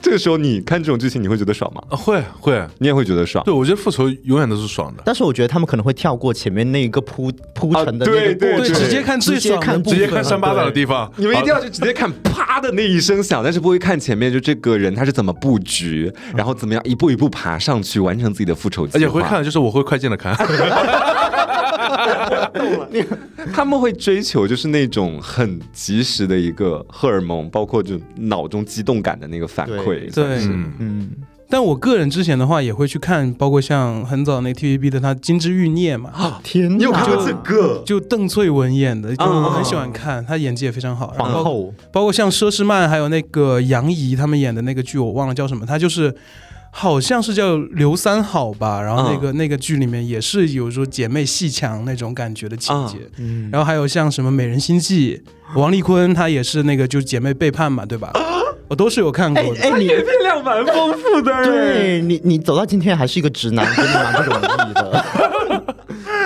Speaker 6: 这个时候你看这种剧情，你会觉得爽吗？
Speaker 3: 啊会会，
Speaker 6: 你也会觉得爽。
Speaker 3: 对我觉得复仇永远都是爽的。
Speaker 4: 但是我觉得他们可能会跳过前面那一个铺铺陈的那
Speaker 6: 啊对
Speaker 4: 个过程，
Speaker 5: 对，
Speaker 6: 对
Speaker 5: 直接看最
Speaker 4: 直接
Speaker 5: 爽的
Speaker 4: 看
Speaker 5: 部
Speaker 3: 直
Speaker 5: 分，
Speaker 3: 接看扇巴掌的
Speaker 4: 对
Speaker 3: 地方，
Speaker 6: 你们一定要去直接看啪的那一声响，但是不会看前面就这个人他是怎么布局，然后怎么样一步一步爬上去完成自己的复仇计
Speaker 3: 而
Speaker 6: 划。
Speaker 3: 且会看，就是我会快进的看。
Speaker 6: 他们会追求就是那种很及时的一个荷尔蒙，包括就脑中激动感的那个反馈。
Speaker 5: 对，
Speaker 3: 嗯，
Speaker 4: 嗯，
Speaker 5: 但我个人之前的话也会去看，包括像很早那 TVB 的他《金枝欲孽》 嘛，
Speaker 4: 天哪，
Speaker 6: 你有看过这个？嗯
Speaker 5: 就邓萃雯演的，就我很喜欢看，她演技也非常好。然后
Speaker 4: 皇后
Speaker 5: 包括像佘诗曼还有那个杨怡他们演的那个剧，我忘了叫什么，她就是好像是叫刘三好吧，然
Speaker 4: 嗯
Speaker 5: 后那个、那个剧里面也是有说姐妹戏强那种感觉的情节。
Speaker 4: 嗯
Speaker 5: 然后还有像什么《美人心计》，王丽坤她也是那个就姐妹背叛嘛， 对吧？我都是有看过
Speaker 4: 哎
Speaker 5: 的。
Speaker 4: 哎你。
Speaker 6: 变量蛮丰富的
Speaker 4: 对你，你走到今天还是一个直男，真的蛮不容易的。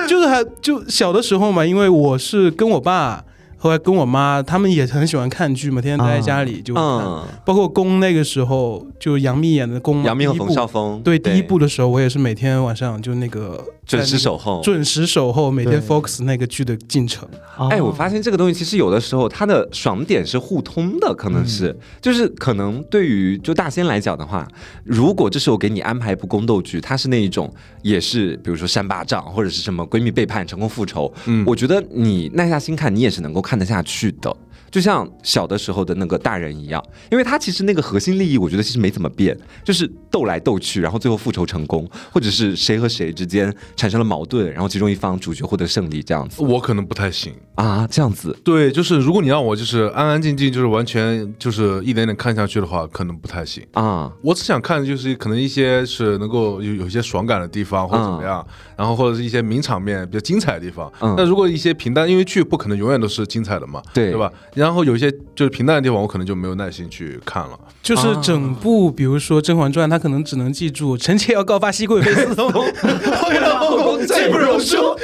Speaker 5: 就是还就小的时候嘛，因为我是跟我爸，后来跟我妈，他们也很喜欢看剧嘛，天天待在家里就看。
Speaker 6: 嗯，
Speaker 5: 包括宫那个时候，就杨幂演的宫嘛，
Speaker 6: 杨幂和
Speaker 5: 第一部
Speaker 6: 冯绍峰
Speaker 5: 对第一部的时候，我也是每天晚上就那个
Speaker 6: 准时守候。
Speaker 5: 准时守候，每天
Speaker 4: 对
Speaker 5: Fox 那个剧的进程。
Speaker 6: 哎，我发现这个东西其实有的时候它的爽点是互通的，可能是、就是可能对于就大仙来讲的话，如果这时候给你安排一部宫斗剧，它是那一种也是比如说扇巴掌或者是什么闺蜜背叛成功复仇，
Speaker 3: 嗯
Speaker 6: 我觉得你耐下心看，你也是能够看得下去的。就像小的时候的那个大人一样，因为他其实那个核心利益，我觉得其实没怎么变，就是斗来斗去，然后最后复仇成功，或者是谁和谁之间产生了矛盾，然后其中一方主角获得胜利这样子
Speaker 3: 我可能不太行。
Speaker 6: 啊，这样子。
Speaker 3: 对，就是如果你让我就是安安静静，就是完全就是一点点看下去的话，可能不太行。
Speaker 6: 啊，
Speaker 3: 我只想看就是可能一些是能够有有一些爽感的地方或者怎么样，然后或者是一些名场面比较精彩的地方。
Speaker 6: 嗯
Speaker 3: 那如果一些平淡，因为剧不可能永远都是精彩的嘛，
Speaker 6: 对
Speaker 3: 吧？然后有一些就是平淡的地方，我可能就没有耐心去看了。
Speaker 5: 就是整部，比如说《甄嬛传》，他可能只能记住臣妾要告发熹贵妃私通，
Speaker 6: 为了后宫罪不容恕。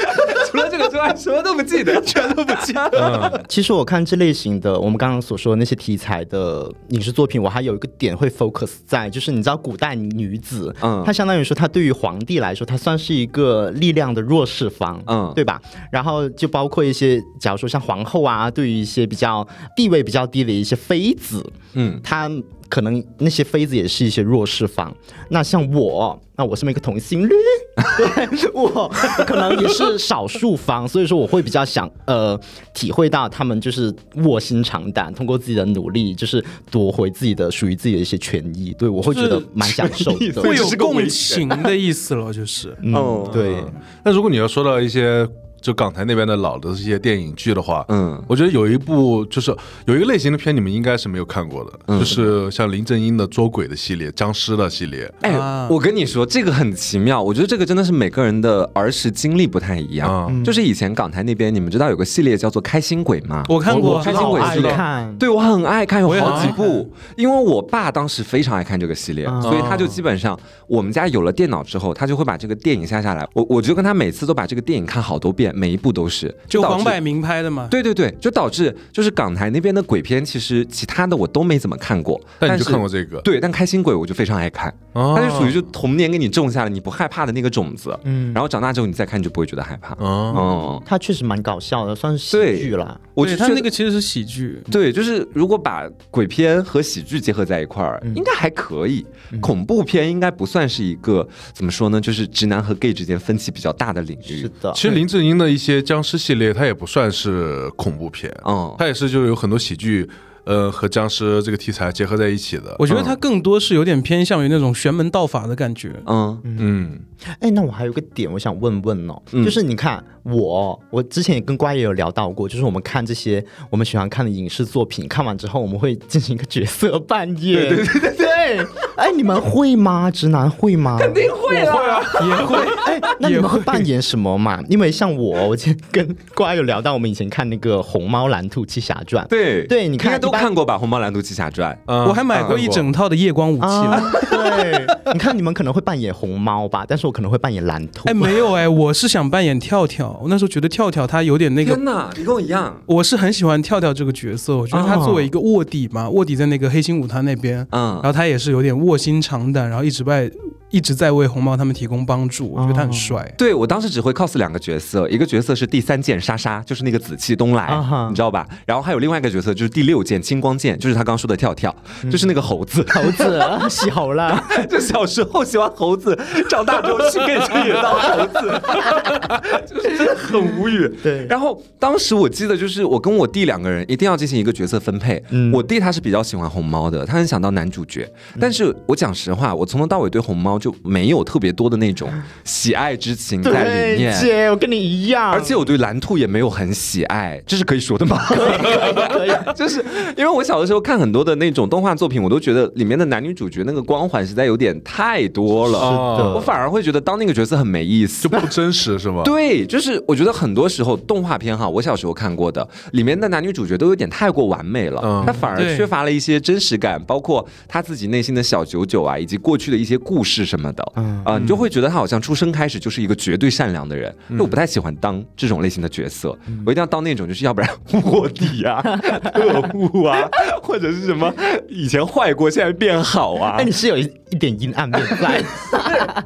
Speaker 6: 除了这个之外，什么都不记得，全都不记得。
Speaker 4: 其实我看这类型的，我们刚刚所说的那些题材的影视作品，我还有一个点会 focus 在，就是你知道古代女子，
Speaker 6: 嗯
Speaker 4: 她相当于说她对于皇帝来说，她算是一个力量的弱势方，
Speaker 6: 嗯
Speaker 4: 对吧？然后就包括一些，假如说像皇后啊，对于一些比较地位比较低的一些妃子，
Speaker 6: 嗯，
Speaker 4: 她可能那些妃子也是一些弱势方。那像我，那我身为一个同性恋， 对我可能也是少数方，所以说我会比较想呃体会到他们就是卧薪尝胆，通过自己的努力，就是夺回自己的属于自己的一些权益。对我会觉得蛮享受
Speaker 6: 权益
Speaker 4: 的。
Speaker 6: 对
Speaker 5: 会
Speaker 6: 这
Speaker 5: 有
Speaker 6: 是个
Speaker 5: 共
Speaker 6: 危险
Speaker 5: 情的意思了，就是。
Speaker 4: 嗯
Speaker 6: 哦，
Speaker 4: 对，
Speaker 3: 那如果你要说到一些就港台那边的老的这些电影剧的话，
Speaker 6: 嗯
Speaker 3: 我觉得有一部就是有一个类型的片，你们应该是没有看过的，就是像林正英的捉鬼的系列、僵尸的系列
Speaker 6: 哎
Speaker 5: 啊，
Speaker 6: 我跟你说，这个很奇妙。我觉得这个真的是每个人的儿时经历不太一样。
Speaker 5: 嗯
Speaker 3: 啊，
Speaker 6: 就是以前港台那边，你们知道有个系列叫做《开心鬼》吗？
Speaker 5: 我看过啊
Speaker 6: 我开心鬼
Speaker 4: 爱
Speaker 6: 系列，
Speaker 4: 看，
Speaker 6: 对我很爱看，有
Speaker 5: 嗯我也很
Speaker 6: 好几
Speaker 5: 爱
Speaker 6: 部。因为我爸当时非常爱看这个系列，
Speaker 4: 嗯
Speaker 6: 所以他就基本上我们家有了电脑之后，他就会把这个电影下下来。我我就跟他每次都把这个电影看好多遍，每一部都是。
Speaker 5: 就
Speaker 6: 导
Speaker 5: 黄
Speaker 6: 致
Speaker 5: 百鸣拍的嘛。
Speaker 6: 对对对，就导致就是港台那边的鬼片，其实其他的我都没怎么看过，
Speaker 3: 但你就是看过这个，
Speaker 6: 对，但开心鬼我就非常爱看，
Speaker 3: 哦
Speaker 6: 它就属于就童年给你种下了你不害怕的那个种子，
Speaker 4: 嗯
Speaker 6: 然后长大之后你再看你就不会觉得害怕。
Speaker 3: 啊，
Speaker 6: 嗯，
Speaker 4: 它确实蛮搞笑的，算是
Speaker 6: 对
Speaker 4: 喜剧啦。
Speaker 6: 我
Speaker 5: 对
Speaker 6: 就
Speaker 5: 他
Speaker 6: 觉
Speaker 5: 那
Speaker 6: 得
Speaker 5: 个其实是喜剧，
Speaker 6: 对，就是如果把鬼片和喜剧结合在一块儿，
Speaker 4: 嗯
Speaker 6: 应该还可以。恐怖片应该不算是一个怎么说呢，就是直男和 gay 之间分歧比较大的领
Speaker 4: 是
Speaker 6: 域。
Speaker 4: 的
Speaker 3: 其，实林正英的一些僵尸系列，它也不算是恐怖片，
Speaker 6: 嗯，
Speaker 3: 它也是就是有很多喜剧，呃，和僵尸这个题材结合在一起的。
Speaker 6: 嗯
Speaker 5: 我觉得它更多是有点偏向于那种玄门道法的感觉。
Speaker 6: 嗯
Speaker 3: 嗯，
Speaker 4: 哎，那我还有个点，我想问问哦，就是你看我，我之前也跟瓜爷有聊到过，就是我们看这些我们喜欢看的影视作品，看完之后我们会进行一个角色扮演，对对对哎，你们会吗？直男会吗？肯定会啊，也会。哎，那你们会扮演什么嘛？因为像我，我今天跟瓜爷有聊到，我们以前看那个《红猫蓝兔七侠传》，
Speaker 6: 对
Speaker 4: 对你看
Speaker 6: 应该都
Speaker 4: 一般
Speaker 6: 看过吧，《红猫蓝兔七侠传》
Speaker 3: 啊
Speaker 5: 我还买过一整套的夜光武器
Speaker 4: 啊
Speaker 5: 呢。，
Speaker 4: 对，你看你们可能会扮演红猫吧，但是我可能会扮演蓝兔。
Speaker 5: 哎，没有哎，我是想扮演跳跳。我那时候觉得跳跳他有点那个
Speaker 6: 天，哪，你跟我一样。
Speaker 5: 我是很喜欢跳跳这个角色。我觉
Speaker 4: 啊
Speaker 5: 得他作为一个卧底嘛，卧底在那个黑心舞团那边，
Speaker 6: 嗯
Speaker 5: 然，后他也是有点卧薪尝胆，然后一直在一直在为红毛他们提供帮助。我觉得
Speaker 4: 哦
Speaker 5: 他很帅。
Speaker 6: 对我当时只会 cos 两个角色，一个角色是第三剑莎莎，就是那个紫气东来
Speaker 4: 啊哈
Speaker 6: 你知道吧？然后还有另外一个角色就是第六剑青光剑，就是他刚说的跳跳，
Speaker 4: 嗯
Speaker 6: 就是那个 猴子。
Speaker 4: 猴子洗猴了，
Speaker 6: 就小时候喜欢猴子，长大之后去给自己当猴子， 就是真的很无语。
Speaker 4: 对
Speaker 6: 然后当时我记得就是我跟我弟两个人一定要进行一个角色分配。
Speaker 4: 嗯
Speaker 6: 我弟他是比较喜欢红猫的，他很想当男主角。但是我讲实话，我从头到尾对红猫就没有特别多的那种喜爱之情在里
Speaker 4: 嗯对，
Speaker 6: 面。
Speaker 4: 姐，我跟你一样，
Speaker 6: 而且我对蓝兔也没有很喜爱，这是可以说的吗？
Speaker 4: 可以
Speaker 6: 就是因为我小的时候看很多的那种动画作品，我都觉得里面的男女主角那个光环实在有点太多了，
Speaker 3: 是
Speaker 4: 的
Speaker 6: 我反而会觉得当那个角色很没意思
Speaker 3: 就。不真实是吧？
Speaker 6: 对，就是我觉得很多时候动画片哈，我小时候看过的，里面的男女主角都有点太过完美了，
Speaker 3: 嗯
Speaker 6: 他反而
Speaker 5: 对
Speaker 6: 缺乏了一些真实感，包括他自己内心的小九九啊，以及过去的一些故事什么的，啊、
Speaker 4: 嗯
Speaker 6: 你就会觉得他好像出生开始就是一个绝对善良的人。
Speaker 4: 嗯
Speaker 6: 那、我不太喜欢当这种类型的角色，我一定要当那种就是要不然卧 底啊、特务啊，或者是什么以前坏过现在变好啊
Speaker 4: 哎，。你是有一一点阴暗面 在，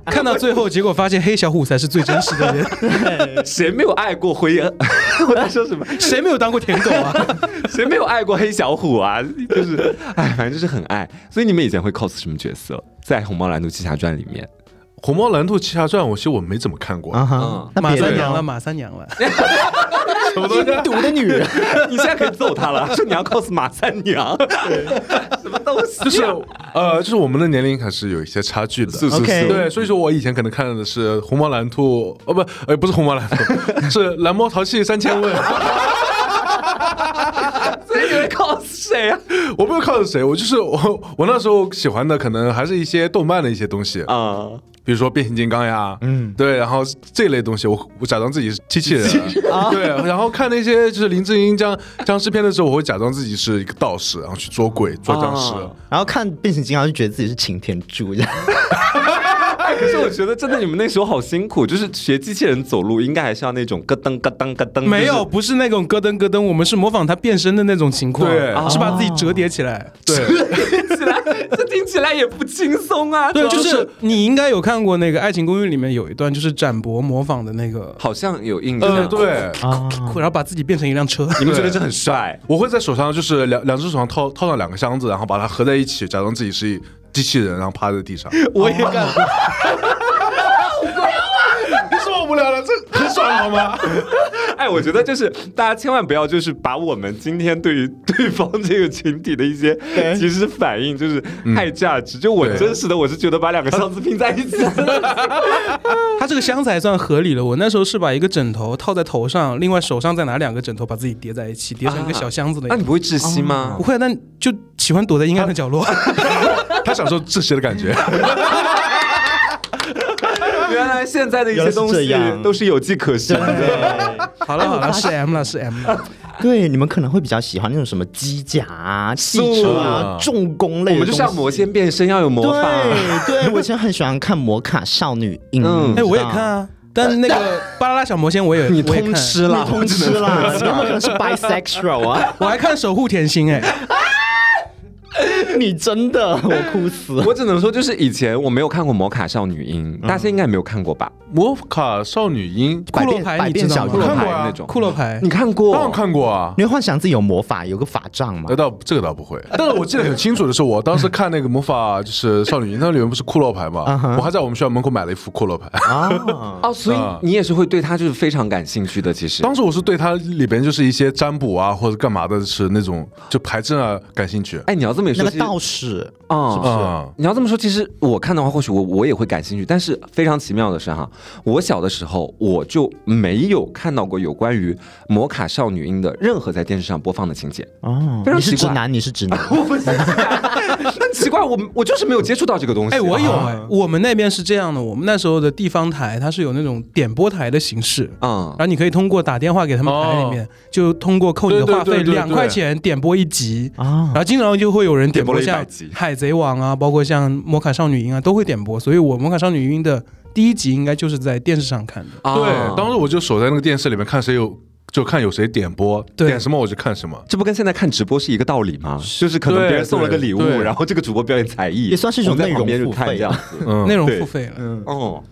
Speaker 5: 看到最后，结果发现黑小虎才是最真实的人。
Speaker 6: 谁没有爱过灰？啊 我在说什么？
Speaker 5: 谁没有当过舔狗啊？
Speaker 6: 谁没有爱过黑小虎啊？ 就是，哎，反正就是很爱。所以你们以前会 cos 什么角色？在《红猫蓝兔七侠传》里面，
Speaker 3: 《红猫蓝兔七侠传》，我其实我没怎么看过，
Speaker 4: 啊哈
Speaker 6: 嗯，
Speaker 4: 那
Speaker 5: 马
Speaker 4: 别
Speaker 5: 三
Speaker 4: 人啊
Speaker 5: 娘了，
Speaker 4: 呢？
Speaker 5: 马三娘了。
Speaker 3: 什么东西？
Speaker 4: 毒的女人，
Speaker 6: 你现在可以揍他了，说你要 cos 马三娘，什么东西啊、
Speaker 3: 就是呃，就是我们的年龄还是有一些差距的。
Speaker 6: 是是是
Speaker 4: OK
Speaker 3: 对，所以说我以前可能看的是《红猫蓝兔》，哦不，呃不是《红猫蓝兔》， 是《蓝猫淘气三千问》。
Speaker 6: 所以你会 cos 谁啊？
Speaker 3: 我不知道靠着谁，我就是我，我那时候喜欢的可能还是一些动漫的一些东西，
Speaker 6: 啊、
Speaker 3: 比如说变形金刚呀，嗯，对，然后这类东西，我我假装自己是机器人，啊
Speaker 6: 啊
Speaker 3: 对，然后看那些就是林正英僵僵尸片的时候，我会假装自己是一个道士，然后去捉鬼捉僵尸。
Speaker 6: 哦
Speaker 4: 然后看变形金刚就觉得自己是擎天柱，这样
Speaker 6: 哎，可是我觉得真的你们那时候好辛苦， 就是学机器人走路，应该还是要那种咯噔咯噔咯
Speaker 1: 嗯
Speaker 6: 噔。
Speaker 5: 没有，
Speaker 6: 就是
Speaker 5: 不是那种咯噔咯噔，我们是模仿他变身的那种情况，
Speaker 3: 对
Speaker 5: 是把自己折叠起来。
Speaker 3: 对，
Speaker 6: 听起来， 这听起来也不轻松啊。
Speaker 5: 对，
Speaker 6: 怎
Speaker 5: 就
Speaker 6: 么
Speaker 5: 是你应该有看过那个《爱情公寓》里面有一段，就是展博模仿的那个，
Speaker 6: 好像有印象。
Speaker 3: 呃，，对，
Speaker 4: 啊，
Speaker 5: 然后把自己变成一辆车。
Speaker 6: 你们觉得这很帅？
Speaker 3: 我会在手上就是两两只手上套套上两个箱子，然后把它合在一起，假装自己是机器人，然后趴在地上。
Speaker 5: 我也 干过，
Speaker 3: 啊你说我无聊了，这很爽好吗？
Speaker 6: 哎，我觉得就是大家千万不要就是把我们今天对于 对方这个群体的一些
Speaker 4: 对
Speaker 6: 其实反应就是太价值。就我
Speaker 3: 对
Speaker 6: 真实的，我是觉得把两个箱子拼在一起，真的
Speaker 5: 他这个箱子还算合理了。我那时候是把一个枕头套在头上，另外手上再拿两个枕头把自己叠在一起，叠成一个小箱子的
Speaker 6: 那
Speaker 5: 样
Speaker 6: 你
Speaker 5: 子。
Speaker 6: 不会窒息吗
Speaker 5: 不？会，但就喜欢躲在阴暗的角落。
Speaker 3: 他享受窒息的感觉。
Speaker 6: 原来现在的一
Speaker 4: 原
Speaker 6: 些
Speaker 4: 来是
Speaker 6: 东
Speaker 4: 这
Speaker 6: 西
Speaker 4: 样
Speaker 6: 哦都是有迹可循的。
Speaker 5: 好了好了，是 M 了是 M 了。
Speaker 4: 对，你们可能会比较喜欢那种什么机甲啊、汽车啊、
Speaker 3: 是
Speaker 4: 重工类的
Speaker 6: 我
Speaker 4: 东
Speaker 6: 们就
Speaker 4: 西。
Speaker 6: 是要魔仙变身，要有魔法。
Speaker 4: 对对，我以前很喜欢看《魔卡少女樱》
Speaker 6: 嗯
Speaker 4: 你知
Speaker 5: 哎，
Speaker 4: 道
Speaker 5: 我也看啊，但那个巴啦啦小魔仙我也
Speaker 6: 你
Speaker 5: 我也
Speaker 6: 通
Speaker 5: 看，
Speaker 6: 吃了，
Speaker 4: 你通吃啦， 你有可能是 bisexual 啊？
Speaker 5: 我还看守护甜心哎。
Speaker 4: 你真的，我哭死。
Speaker 6: 我只能说，就是以前我没有看过《魔卡少女樱》，大家应该也没有看过吧？
Speaker 3: 魔法少女樱，
Speaker 5: 骷
Speaker 4: 百
Speaker 5: 髅
Speaker 4: 变
Speaker 5: 牌
Speaker 4: 百
Speaker 5: 你
Speaker 4: 变
Speaker 5: 知道
Speaker 4: 小
Speaker 5: 吗
Speaker 6: 骷
Speaker 4: 樱
Speaker 6: 髅
Speaker 3: 看
Speaker 6: 牌
Speaker 3: 过啊
Speaker 6: 那种，
Speaker 5: 骷髅牌
Speaker 6: 你看
Speaker 3: 当然
Speaker 6: 过？
Speaker 3: 看过啊。
Speaker 4: 你会幻想自己有魔法，有个法杖吗
Speaker 3: 那？倒这个倒不会，但是我记得很清楚的是，我当时看那个魔法就是少女樱，它里面不是骷髅牌嘛，我还在我们学校门口买了一副骷髅牌。
Speaker 4: 啊，
Speaker 6: 哦，所以
Speaker 3: 啊
Speaker 6: 你也是会对他就是非常感兴趣的，其实。
Speaker 3: 当时我是对它里边就是一些占卜啊或者干嘛的，是那种就牌阵啊感兴趣。
Speaker 6: 哎，你要这么一
Speaker 4: 那
Speaker 6: 说，
Speaker 4: 个
Speaker 6: 其实
Speaker 4: 道士，
Speaker 6: 啊，
Speaker 3: 啊，
Speaker 6: 你要这么说，其实我看的话，或许我我也会感兴趣。但是非常奇妙的是哈，我小的时候我就没有看到过有关于《魔卡少女樱》的任何在电视上播放的情节。
Speaker 4: 哦
Speaker 6: 非常
Speaker 4: 你是
Speaker 6: 奇
Speaker 4: 直
Speaker 6: 怪
Speaker 4: 男，你是直男，
Speaker 6: 很奇怪，我我就是没有接触到这个东西。啊
Speaker 5: 哎，我有哎，我们那边是这样的，我们那时候的地方台它是有那种点播台的形式。
Speaker 6: 啊
Speaker 5: 然，后你可以通过打电话给他们台里面，就通过扣你的话
Speaker 3: 对对对
Speaker 5: 费
Speaker 3: 对对
Speaker 5: 两块钱点播一集
Speaker 4: 啊
Speaker 5: 然后经常就会有人点播
Speaker 6: 点播了一
Speaker 5: 像
Speaker 6: 百集
Speaker 5: 《海贼王》啊，包括像《魔卡少女樱》啊，都会点播。所以我《魔卡少女樱》的第一集应该就是在电视上看的。
Speaker 6: 啊
Speaker 3: 对，当时我就守在那个电视里面看谁有，就看有谁点播，
Speaker 5: 对
Speaker 3: 点什么我就看什么。
Speaker 6: 这不跟现在看直播是一个道理吗？就是可能别人送了个礼物
Speaker 3: 对，对
Speaker 6: 然后这个主播表演才艺，
Speaker 4: 也算是一种
Speaker 6: 我们在旁边
Speaker 4: 内容
Speaker 6: 就
Speaker 4: 付
Speaker 6: 看
Speaker 4: 费啊
Speaker 6: 这样子。
Speaker 3: 嗯，
Speaker 5: 内容
Speaker 6: 对
Speaker 5: 付费了，
Speaker 6: 哦，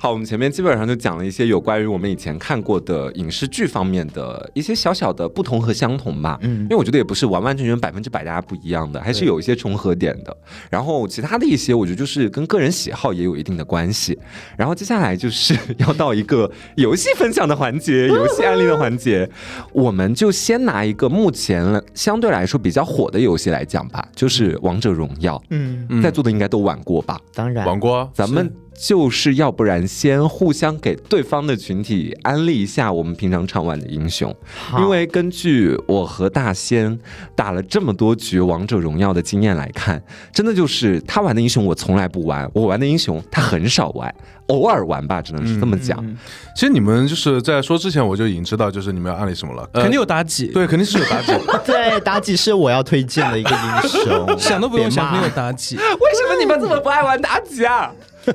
Speaker 6: 好，我们前面基本上就讲了一些有关于我们以前看过的影视剧方面的一些小小的不同和相同吧。嗯，因为我觉得也不是完完全全百分之百大家不一样的，还是有一些重合点的。然后其他的一些，我觉得就是跟个人喜好也有一定的关系。然后接下来就是要到一个游戏分享的环节，游戏案例的环节，我们就先拿一个目前相对来说比较火的游戏来讲吧，就是《王者荣耀》。
Speaker 4: 嗯，
Speaker 6: 在座的应该都玩过吧？
Speaker 4: 当然，
Speaker 3: 王锅
Speaker 6: 咱们就是要不然先互相给对方的群体安利一下我们平常常玩的英雄，
Speaker 4: 好
Speaker 6: 因为根据我和大仙打了这么多局王者荣耀的经验来看，真的就是他玩的英雄我从来不玩，我玩的英雄他很少玩，偶尔玩吧，只能是这么讲。
Speaker 4: 嗯
Speaker 3: 其实你们就是在说之前我就已经知道，就是你们要安利什么了。呃
Speaker 5: 肯定有妲己。
Speaker 3: 对，肯定是有 妲己。
Speaker 4: 对妲己是我要推荐的一个英雄，
Speaker 5: 想都不用
Speaker 4: 别
Speaker 5: 想，
Speaker 4: 骂
Speaker 5: 肯定有妲己。
Speaker 6: 为什么你们这么不爱玩妲己啊？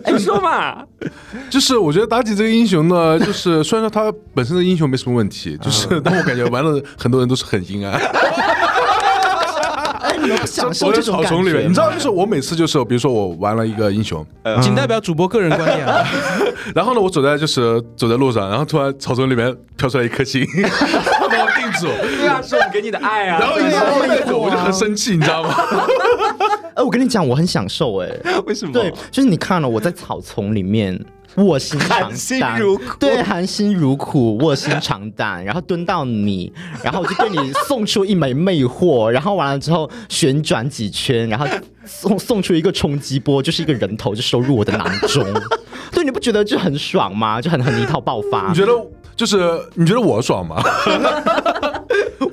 Speaker 6: 你说嘛？
Speaker 3: 就是我觉得妲己这个英雄呢，就是虽然说她本身的英雄没什么问
Speaker 4: 嗯
Speaker 3: 题，就是但我感觉玩了很多人都是很阴暗。
Speaker 4: 哎，你们不享受
Speaker 3: 我
Speaker 4: 这
Speaker 3: 在
Speaker 4: 种
Speaker 3: 草
Speaker 4: 感
Speaker 3: 丛里面，
Speaker 4: 觉
Speaker 3: 你知
Speaker 4: 吗？
Speaker 3: 道，就是我每次就是比如说我玩了一个英雄，
Speaker 5: 仅代表主播个人观点啊，
Speaker 3: 然后呢，我走在就是走在路上，然后突然草丛里面飘出来一颗星， 把我定住，
Speaker 6: 对啊，是我们给你的爱啊。
Speaker 3: 然后一直把我带走，我就很生气，你知道吗？
Speaker 4: 哎，我跟你讲，我很享受哎，
Speaker 6: 为什么？
Speaker 4: 对，就是你看了我在草丛里面卧薪尝
Speaker 6: 含辛
Speaker 4: 胆
Speaker 6: 茹苦
Speaker 4: 对，含辛茹苦，卧薪尝胆，然后蹲到你，然后我就对你送出一枚魅惑，然后完了之后旋转几圈，然后送送出一个冲击波，就是一个人头就收入我的囊中。 对，你不觉得就很爽吗？就很很泥套爆发
Speaker 3: 你，觉得就是你觉得我爽吗？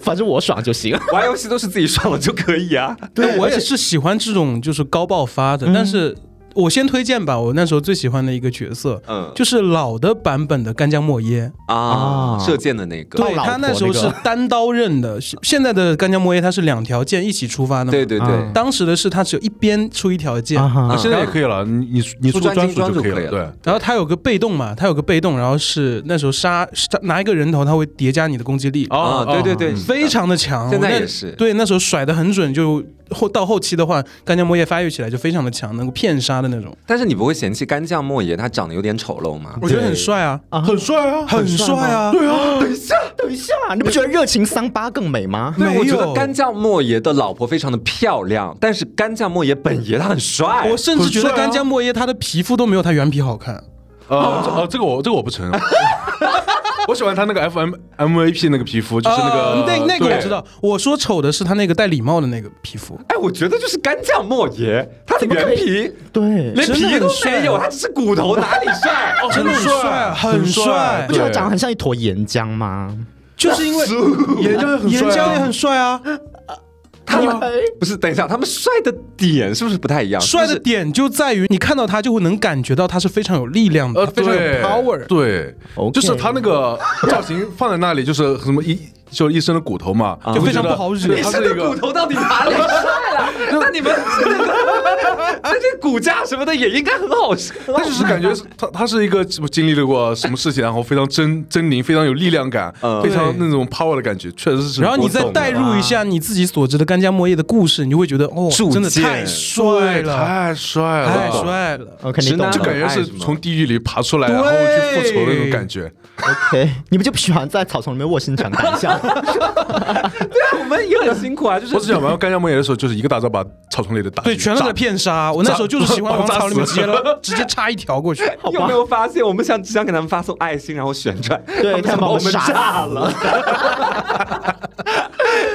Speaker 4: 反正我爽就行。
Speaker 6: 玩游戏都是自己爽了就可以啊。
Speaker 5: 对我也是喜欢这种就是高爆发的，但是我先推荐吧，我那时候最喜欢的一个角色，
Speaker 6: 嗯
Speaker 5: 就是老的版本的干将莫耶，
Speaker 6: 啊，
Speaker 4: 啊
Speaker 6: 射箭的那个，
Speaker 5: 对
Speaker 4: 老婆
Speaker 5: 他那时候
Speaker 4: 那
Speaker 5: 是
Speaker 4: 个
Speaker 5: 单刀刃的，是现在的干将莫耶他是两条剑一起出发的嘛，
Speaker 6: 对对对
Speaker 4: 啊，
Speaker 5: 当时的是他只有一边出一条剑，
Speaker 4: 啊哈
Speaker 3: 啊， 现在也可以了，你你你
Speaker 6: 出
Speaker 3: 出
Speaker 6: 专
Speaker 3: 专
Speaker 6: 精
Speaker 3: 属
Speaker 6: 专
Speaker 3: 就
Speaker 6: 属
Speaker 3: 可以
Speaker 6: 可以
Speaker 3: 了，对。
Speaker 5: 然后他有个被动嘛，他有个被动，然后是那时候杀杀拿一个人头，他会叠加你的攻击
Speaker 3: 哦
Speaker 5: 力，
Speaker 6: 啊，对对对，
Speaker 5: 非常的强，
Speaker 6: 现在
Speaker 5: 我那
Speaker 6: 也是
Speaker 5: 对，那时候甩的很准，就后到后期的话，干将莫叶发育起来就非常的强，能够骗杀的那种，
Speaker 6: 但是你不会嫌弃干将莫邪他长得有点丑陋吗？
Speaker 5: 我觉得很帅啊，
Speaker 3: 很帅啊，
Speaker 5: 很帅啊，对啊，
Speaker 4: 等一下，你不觉得热情桑巴更美吗？
Speaker 5: 没
Speaker 6: 我觉得
Speaker 5: 有。
Speaker 6: 干将莫邪的老婆非常的漂亮，但是干将莫邪本爷他很帅。
Speaker 5: 我甚至觉得干将莫耶他的皮肤都没有他原皮好看，
Speaker 3: 哦呃，这呃，这个我这个我不承认， 我喜欢他那个 F M M V P 那个皮肤，就是那个
Speaker 6: 哦
Speaker 5: 啊对那个我知
Speaker 3: 道。
Speaker 5: 道。我说丑的是他那个戴礼帽的那个皮肤，
Speaker 6: 哎，我觉得就是干将莫邪，他的原皮
Speaker 4: 对，
Speaker 6: 连
Speaker 5: 真的
Speaker 6: 皮
Speaker 5: 很
Speaker 6: 都
Speaker 5: 帅啊
Speaker 6: 没有，他只是骨头，哪里帅？哦
Speaker 5: 真的很
Speaker 3: 啊
Speaker 5: 帅，很帅
Speaker 4: 不，觉得他长得很像一坨岩浆吗？
Speaker 5: 就是 因为
Speaker 3: 岩浆也很
Speaker 5: 岩
Speaker 3: 帅
Speaker 5: 浆
Speaker 3: 啊
Speaker 5: 也很帅啊，
Speaker 6: 他们
Speaker 4: 哦
Speaker 6: 不是，等一下，他们帅的点是不是不太一样？
Speaker 5: 帅
Speaker 6: 啊就
Speaker 5: 的
Speaker 6: 是
Speaker 5: 点就在于你看到他就会能感觉到他是非常有力量的，
Speaker 3: 呃，
Speaker 5: 他非常有
Speaker 3: 对
Speaker 5: power。
Speaker 3: 对
Speaker 4: OK
Speaker 3: 就是他那个造型放在那里，就是什么一就是一身的骨头嘛，
Speaker 6: 啊
Speaker 5: 就
Speaker 3: 会
Speaker 5: 非常
Speaker 3: 觉得
Speaker 5: 不好惹
Speaker 3: 对
Speaker 6: 你
Speaker 3: 他
Speaker 6: 身
Speaker 3: 是一
Speaker 6: 的骨
Speaker 3: 个
Speaker 6: 头到底哪 里帅了？那你们那这骨架什么的也应该很好吃。
Speaker 3: 他就是感觉是他他是一个什么经历了过什么事情，然后非常狰狰狞，非常有力量感，
Speaker 6: 嗯
Speaker 3: 非常那种 power 的感觉，确实是。
Speaker 5: 然后你
Speaker 3: 我
Speaker 5: 再
Speaker 3: 懂
Speaker 5: 代入一下你自己所知的干将莫叶的故事，你就会觉得哦
Speaker 6: 铸，
Speaker 5: 真的
Speaker 6: 剑
Speaker 5: 太帅
Speaker 3: 对，
Speaker 5: 了，
Speaker 3: 太帅了，
Speaker 5: 太帅了。
Speaker 4: 我肯定懂
Speaker 6: 直
Speaker 3: 就
Speaker 6: 男
Speaker 3: 感
Speaker 6: 啊
Speaker 3: 觉是从地狱里爬出来，然后去复仇的那种感觉。
Speaker 4: ，OK，你们就不喜欢在草丛里面卧薪尝胆一下？
Speaker 6: 我们也很辛苦啊，就 是
Speaker 3: 我只想玩干将梦魇的时候，就是一个大招把草丛里的打
Speaker 5: 对，全都在片杀。我那时候就是喜欢往草里面直接直接插一条过去。
Speaker 6: 有没有发现，我们想只想给他们发送爱心，然后旋转，他
Speaker 4: 对，
Speaker 6: 们
Speaker 4: 他
Speaker 6: 想
Speaker 4: 把
Speaker 6: 把
Speaker 4: 我
Speaker 6: 我
Speaker 4: 们
Speaker 6: 们
Speaker 4: 杀
Speaker 6: 炸
Speaker 4: 死
Speaker 6: 了。
Speaker 4: 了。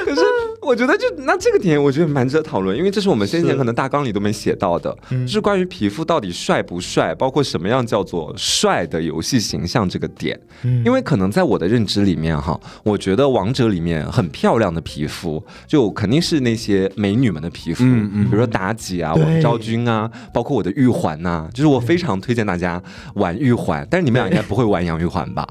Speaker 6: 可是我觉得就那这个点，我觉得蛮值得讨论，因为这是我们先前可能大纲里都没写到的，就是关于皮肤到底帅不帅，包括什么样叫做帅的游戏形象这个点。因为可能在我的认知里面哈，我觉得王者里面很漂亮的皮肤，就肯定是那些美女们的皮肤，
Speaker 3: 嗯嗯
Speaker 6: 比如说妲己啊、
Speaker 4: 对
Speaker 6: 王昭君啊，包括我的玉环呐、就是我非常推荐大家玩玉环，但是你们俩应该不会玩杨玉环吧？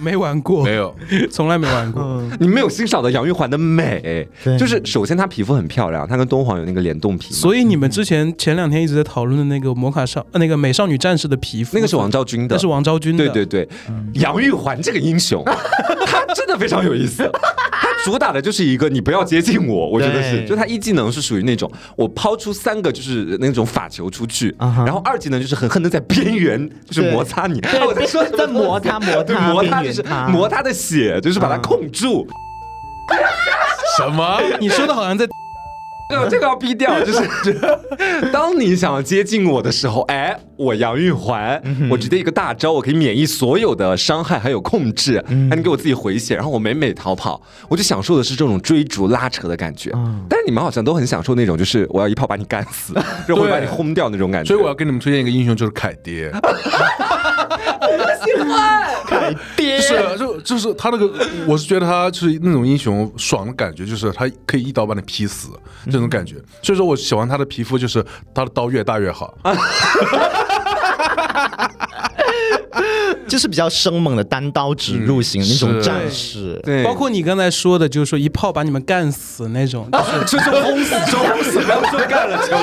Speaker 5: 没玩过
Speaker 3: 没，有，
Speaker 5: 从来没玩过。
Speaker 4: 嗯，
Speaker 6: 你没有欣赏到杨玉环的美
Speaker 4: 对，
Speaker 6: 就是首先她皮肤很漂亮，她跟敦煌有那个联动皮嘛，
Speaker 5: 所以你们之前前两天一直在讨论的那个魔卡少，呃那个美少女战士的皮肤，
Speaker 6: 那个是王，昭君的，
Speaker 5: 那是王昭君的。
Speaker 6: 对对对，杨玉环这个英雄，她真的非常有意思。她主打的就是一个你不要接近我，我觉得是，
Speaker 4: 对
Speaker 6: 就她一技能是属于那种我抛出三个就是那种发球出去，
Speaker 4: 啊哈
Speaker 6: 然后二技能就是狠狠的在边缘就是
Speaker 4: 对
Speaker 6: 摩擦你， 啊我在说什么
Speaker 4: 在磨它磨
Speaker 6: 对
Speaker 4: 它
Speaker 6: 磨
Speaker 4: 边
Speaker 6: 它
Speaker 4: 缘
Speaker 6: 就是
Speaker 4: 它
Speaker 6: 磨它的血，就是把它控住，
Speaker 3: 什么？
Speaker 5: 你说的好像在
Speaker 6: 这哎个这个要逼掉，就是 当你想接近我的时候，哎，我杨玉环，
Speaker 5: 嗯
Speaker 6: 我直接一个大招，我可以免疫所有的伤害还有控制，
Speaker 5: 嗯
Speaker 6: 还能给我自己回血，然后我美美逃跑，我就享受的是这种追逐拉扯的感觉。
Speaker 4: 嗯
Speaker 6: 但是你们好像都很享受那种，就是我要一炮把你干 死，然后我把你轰掉那种感觉。
Speaker 3: 所以我要给你们推荐一个英雄，就是凯爹。
Speaker 4: 爹
Speaker 3: 就是啊就就是他那个，我是觉得他就是那种英雄爽的感觉，就是他可以一刀把你劈死这种感觉。所以说我喜欢他的皮肤，就是他的刀越大越好。
Speaker 5: 啊
Speaker 4: 就是比较生猛的单刀直入型那种战士。
Speaker 6: 嗯对，
Speaker 5: 包括你刚才说的，就是说一炮把你们干死那种，就是
Speaker 6: 就是轰死，轰死，不要说干了，求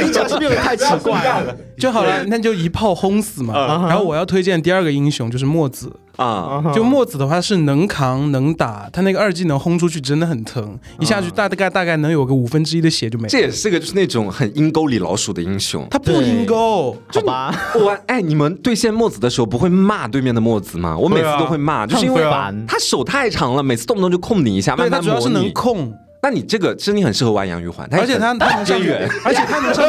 Speaker 6: 你。
Speaker 4: 你讲是不是有点太奇怪 了？
Speaker 5: 就好了，那就一炮轰死嘛。然后我要推荐第二个英雄就是墨子，
Speaker 6: 啊，
Speaker 5: 就墨子的话是能扛能打，他那个二技能轰出去真的很疼，一下去
Speaker 6: 啊
Speaker 5: 大概大概能有个五分之一的血就没
Speaker 6: 这
Speaker 5: 了。
Speaker 6: 也是个就是那种很阴沟里老鼠的英雄。
Speaker 5: 他不阴沟，
Speaker 4: 好吧，
Speaker 6: 我玩哎，你们对线墨子的时候不会骂对面的墨子吗？我每次
Speaker 5: 啊
Speaker 6: 都会骂，就是因为
Speaker 4: 很烦
Speaker 6: 他手太长了，每次动不动就控你一下，
Speaker 5: 对
Speaker 6: 慢
Speaker 5: 他
Speaker 6: 慢
Speaker 5: 主要
Speaker 6: 磨
Speaker 5: 是
Speaker 6: 你
Speaker 5: 能。控，
Speaker 6: 那你这个其实你很适合玩杨玉环，
Speaker 5: 而且他他能上
Speaker 6: 边缘
Speaker 5: 远，而且他能上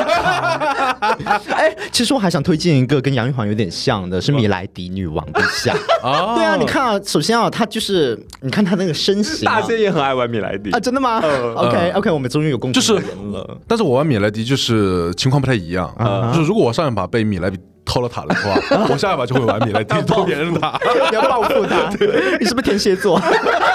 Speaker 4: 哎，其实我还想推荐一个跟杨玉环有点像的，是米莱迪女王陛 下。
Speaker 6: 哦
Speaker 3: 啊
Speaker 4: 对啊，你，看啊，首先啊，她就是你看她那个身形啊
Speaker 6: 大嗯仙也很爱玩米莱迪
Speaker 4: 啊，真的吗？OK OK，我们终于有共
Speaker 3: 就
Speaker 4: 同
Speaker 3: 是
Speaker 4: 的人了。
Speaker 3: 但是我玩米莱迪就是情况不太一样，
Speaker 5: 啊
Speaker 3: 就是如果我上一把被米莱迪偷了塔的 话，我下一把就会玩米莱迪偷别人的塔。
Speaker 4: 你要报复 他，你是不是天蝎座？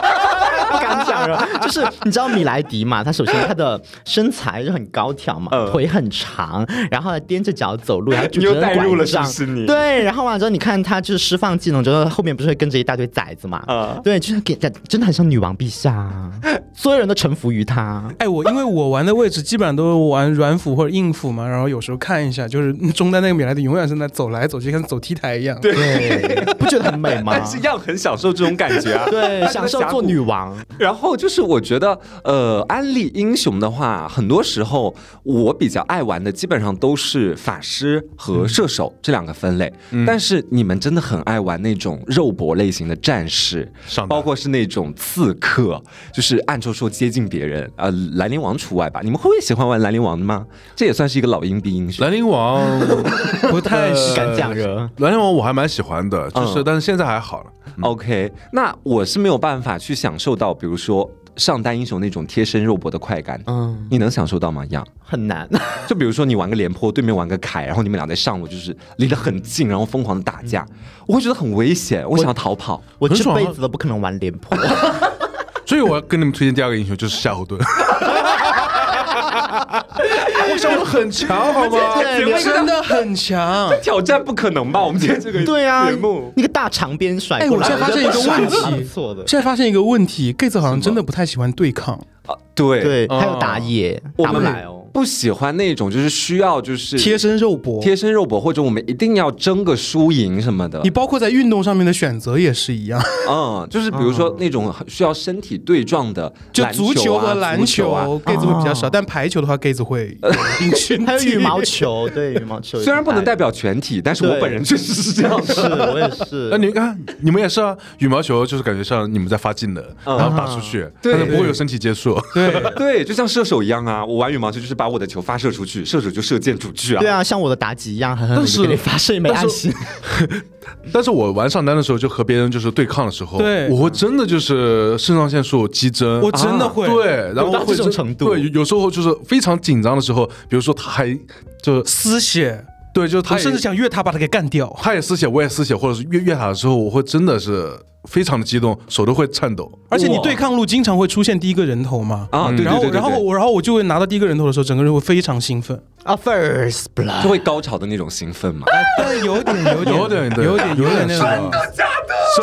Speaker 4: 不敢讲了，就是你知道米莱迪嘛？她首先她的身材就很高挑嘛，
Speaker 6: 嗯
Speaker 4: 腿很长，然后踮着脚走路，然后拄
Speaker 6: 你又
Speaker 4: 着拐
Speaker 6: 带入了
Speaker 4: 杖
Speaker 6: 是不是你
Speaker 4: 对，然后完了之后，你看她就是释放技能之后，后面不是会跟着一大堆崽子嘛？
Speaker 6: 嗯
Speaker 4: 对，就是给真的很像女王陛下啊，所有人都臣服于她。
Speaker 5: 哎，我因为我玩的位置基本上都玩软辅或者硬辅嘛，然后有时候看一下，就是嗯中单那个米莱迪永远是那走来走去，跟走 T 台一样。对，
Speaker 4: 对，不觉得很美吗
Speaker 6: 哎但？是要很享受这种感觉啊。
Speaker 4: 对，享受做女王。
Speaker 6: 然后就是我觉得，呃，安利英雄的话，很多时候我比较爱玩的，基本上都是法师和射手这两个分类。但是你们真的很爱玩那种肉搏类型的战士
Speaker 3: 上，当
Speaker 6: 包括是那种刺客，就是暗戳戳接近别人。呃，兰陵王除外吧。你们会不会喜欢玩兰陵王的吗？这也算是一个老硬币英雄。
Speaker 3: 兰陵 王不太
Speaker 4: 敢讲人。
Speaker 3: 兰陵王我还蛮喜欢的，就是、
Speaker 6: 嗯
Speaker 3: 但是现在还好了。
Speaker 6: OK，那我是没有办法去享受到，比如说上单英雄那种贴身肉搏的快感。
Speaker 4: 嗯，
Speaker 6: 你能享受到吗？样，
Speaker 4: 很难。
Speaker 6: 就比如说你玩个廉颇，对面玩个凯，然后你们俩在上路就是离得很近，然后疯狂的打架，我会觉得很危险，我想要逃跑。
Speaker 4: 我
Speaker 3: 很
Speaker 4: 这
Speaker 3: 爽啊
Speaker 4: 辈子都不可能玩廉颇。
Speaker 3: 所以我要跟你们推荐第二个英雄就是夏侯 惇。我夏侯惇很强，好吗？
Speaker 4: 对
Speaker 6: 节目
Speaker 5: 真的很强。
Speaker 6: 挑战不可能吧？我们今天这个
Speaker 4: 对啊
Speaker 6: 节目，
Speaker 4: 那个大长鞭甩
Speaker 5: 哎，
Speaker 4: 过
Speaker 5: 我
Speaker 4: 来，
Speaker 5: 现在发现一个问题，
Speaker 4: 错的。
Speaker 5: 现在发现一个问题，gay 子好像真的不太喜欢对抗。
Speaker 6: 啊对，
Speaker 4: 对，
Speaker 3: 嗯
Speaker 4: 还有打野，
Speaker 6: 我
Speaker 4: 打不
Speaker 6: 们
Speaker 4: 来哦。
Speaker 6: 不喜欢那种就是需要就是
Speaker 5: 贴身肉搏。
Speaker 6: 贴身肉搏，或者我们一定要争个输赢什么的。
Speaker 5: 你包括在运动上面的选择也是一样，
Speaker 6: 嗯，就是比如说那种需要身体对撞的
Speaker 5: 就
Speaker 6: 篮
Speaker 5: 足
Speaker 6: 球
Speaker 5: 球
Speaker 6: 啊
Speaker 5: 和篮
Speaker 6: 足球啊，
Speaker 5: gay 子会比较少，但排球的话 gay 子会有一定群体
Speaker 4: 哦还有羽毛 球，对羽毛球也是
Speaker 6: 虽然不能
Speaker 4: 打
Speaker 6: 代
Speaker 4: 野
Speaker 6: 表全体，但是我
Speaker 4: 对
Speaker 6: 本人确实是这样的。
Speaker 4: 是我也是，
Speaker 3: 那你看，你们也是啊，羽毛球就是感觉像你们在发劲的，然后打出去，但是不会有身体接触。
Speaker 5: 嗯啊对，
Speaker 6: 对，就像射手一样啊，我玩羽毛球就是把我的球发射出去，射手就射箭出去啊。
Speaker 4: 对啊，像我的妲己一样，狠狠
Speaker 3: 但
Speaker 4: 的
Speaker 3: 是
Speaker 4: 给你发射，没
Speaker 3: 但是
Speaker 4: 爱心。
Speaker 3: 但是我玩上单的时候，就和别人就是对抗的时候，
Speaker 5: 对
Speaker 3: 我会真的就是肾上腺素激增，啊
Speaker 5: 我真的会
Speaker 3: 对，然后
Speaker 4: 到
Speaker 3: 会
Speaker 4: 这
Speaker 3: 真
Speaker 4: 种程度
Speaker 3: 对，有有时候就是非常紧张的时候，比如说他还就是
Speaker 5: 撕血，
Speaker 3: 对，就是他
Speaker 5: 我
Speaker 3: 也
Speaker 5: 甚至想越他把他给干掉。
Speaker 3: 他也撕血，我也撕血，或者是越越塔的时候，我会真的是非常的激动，手都会颤抖。
Speaker 5: 而且你对抗路经常会出现第一个人头嘛，
Speaker 6: 啊，
Speaker 3: 嗯
Speaker 6: 对对
Speaker 5: 然
Speaker 6: 对
Speaker 5: 后
Speaker 6: 对对
Speaker 5: 然后我然后我就会拿到第一个人头的时候，整个人会非常兴奋，
Speaker 4: 啊，first
Speaker 6: 就
Speaker 4: blood，
Speaker 6: 会高潮的那种兴奋嘛。
Speaker 5: 但有点有 点
Speaker 3: 有点对
Speaker 5: 有点有点那种，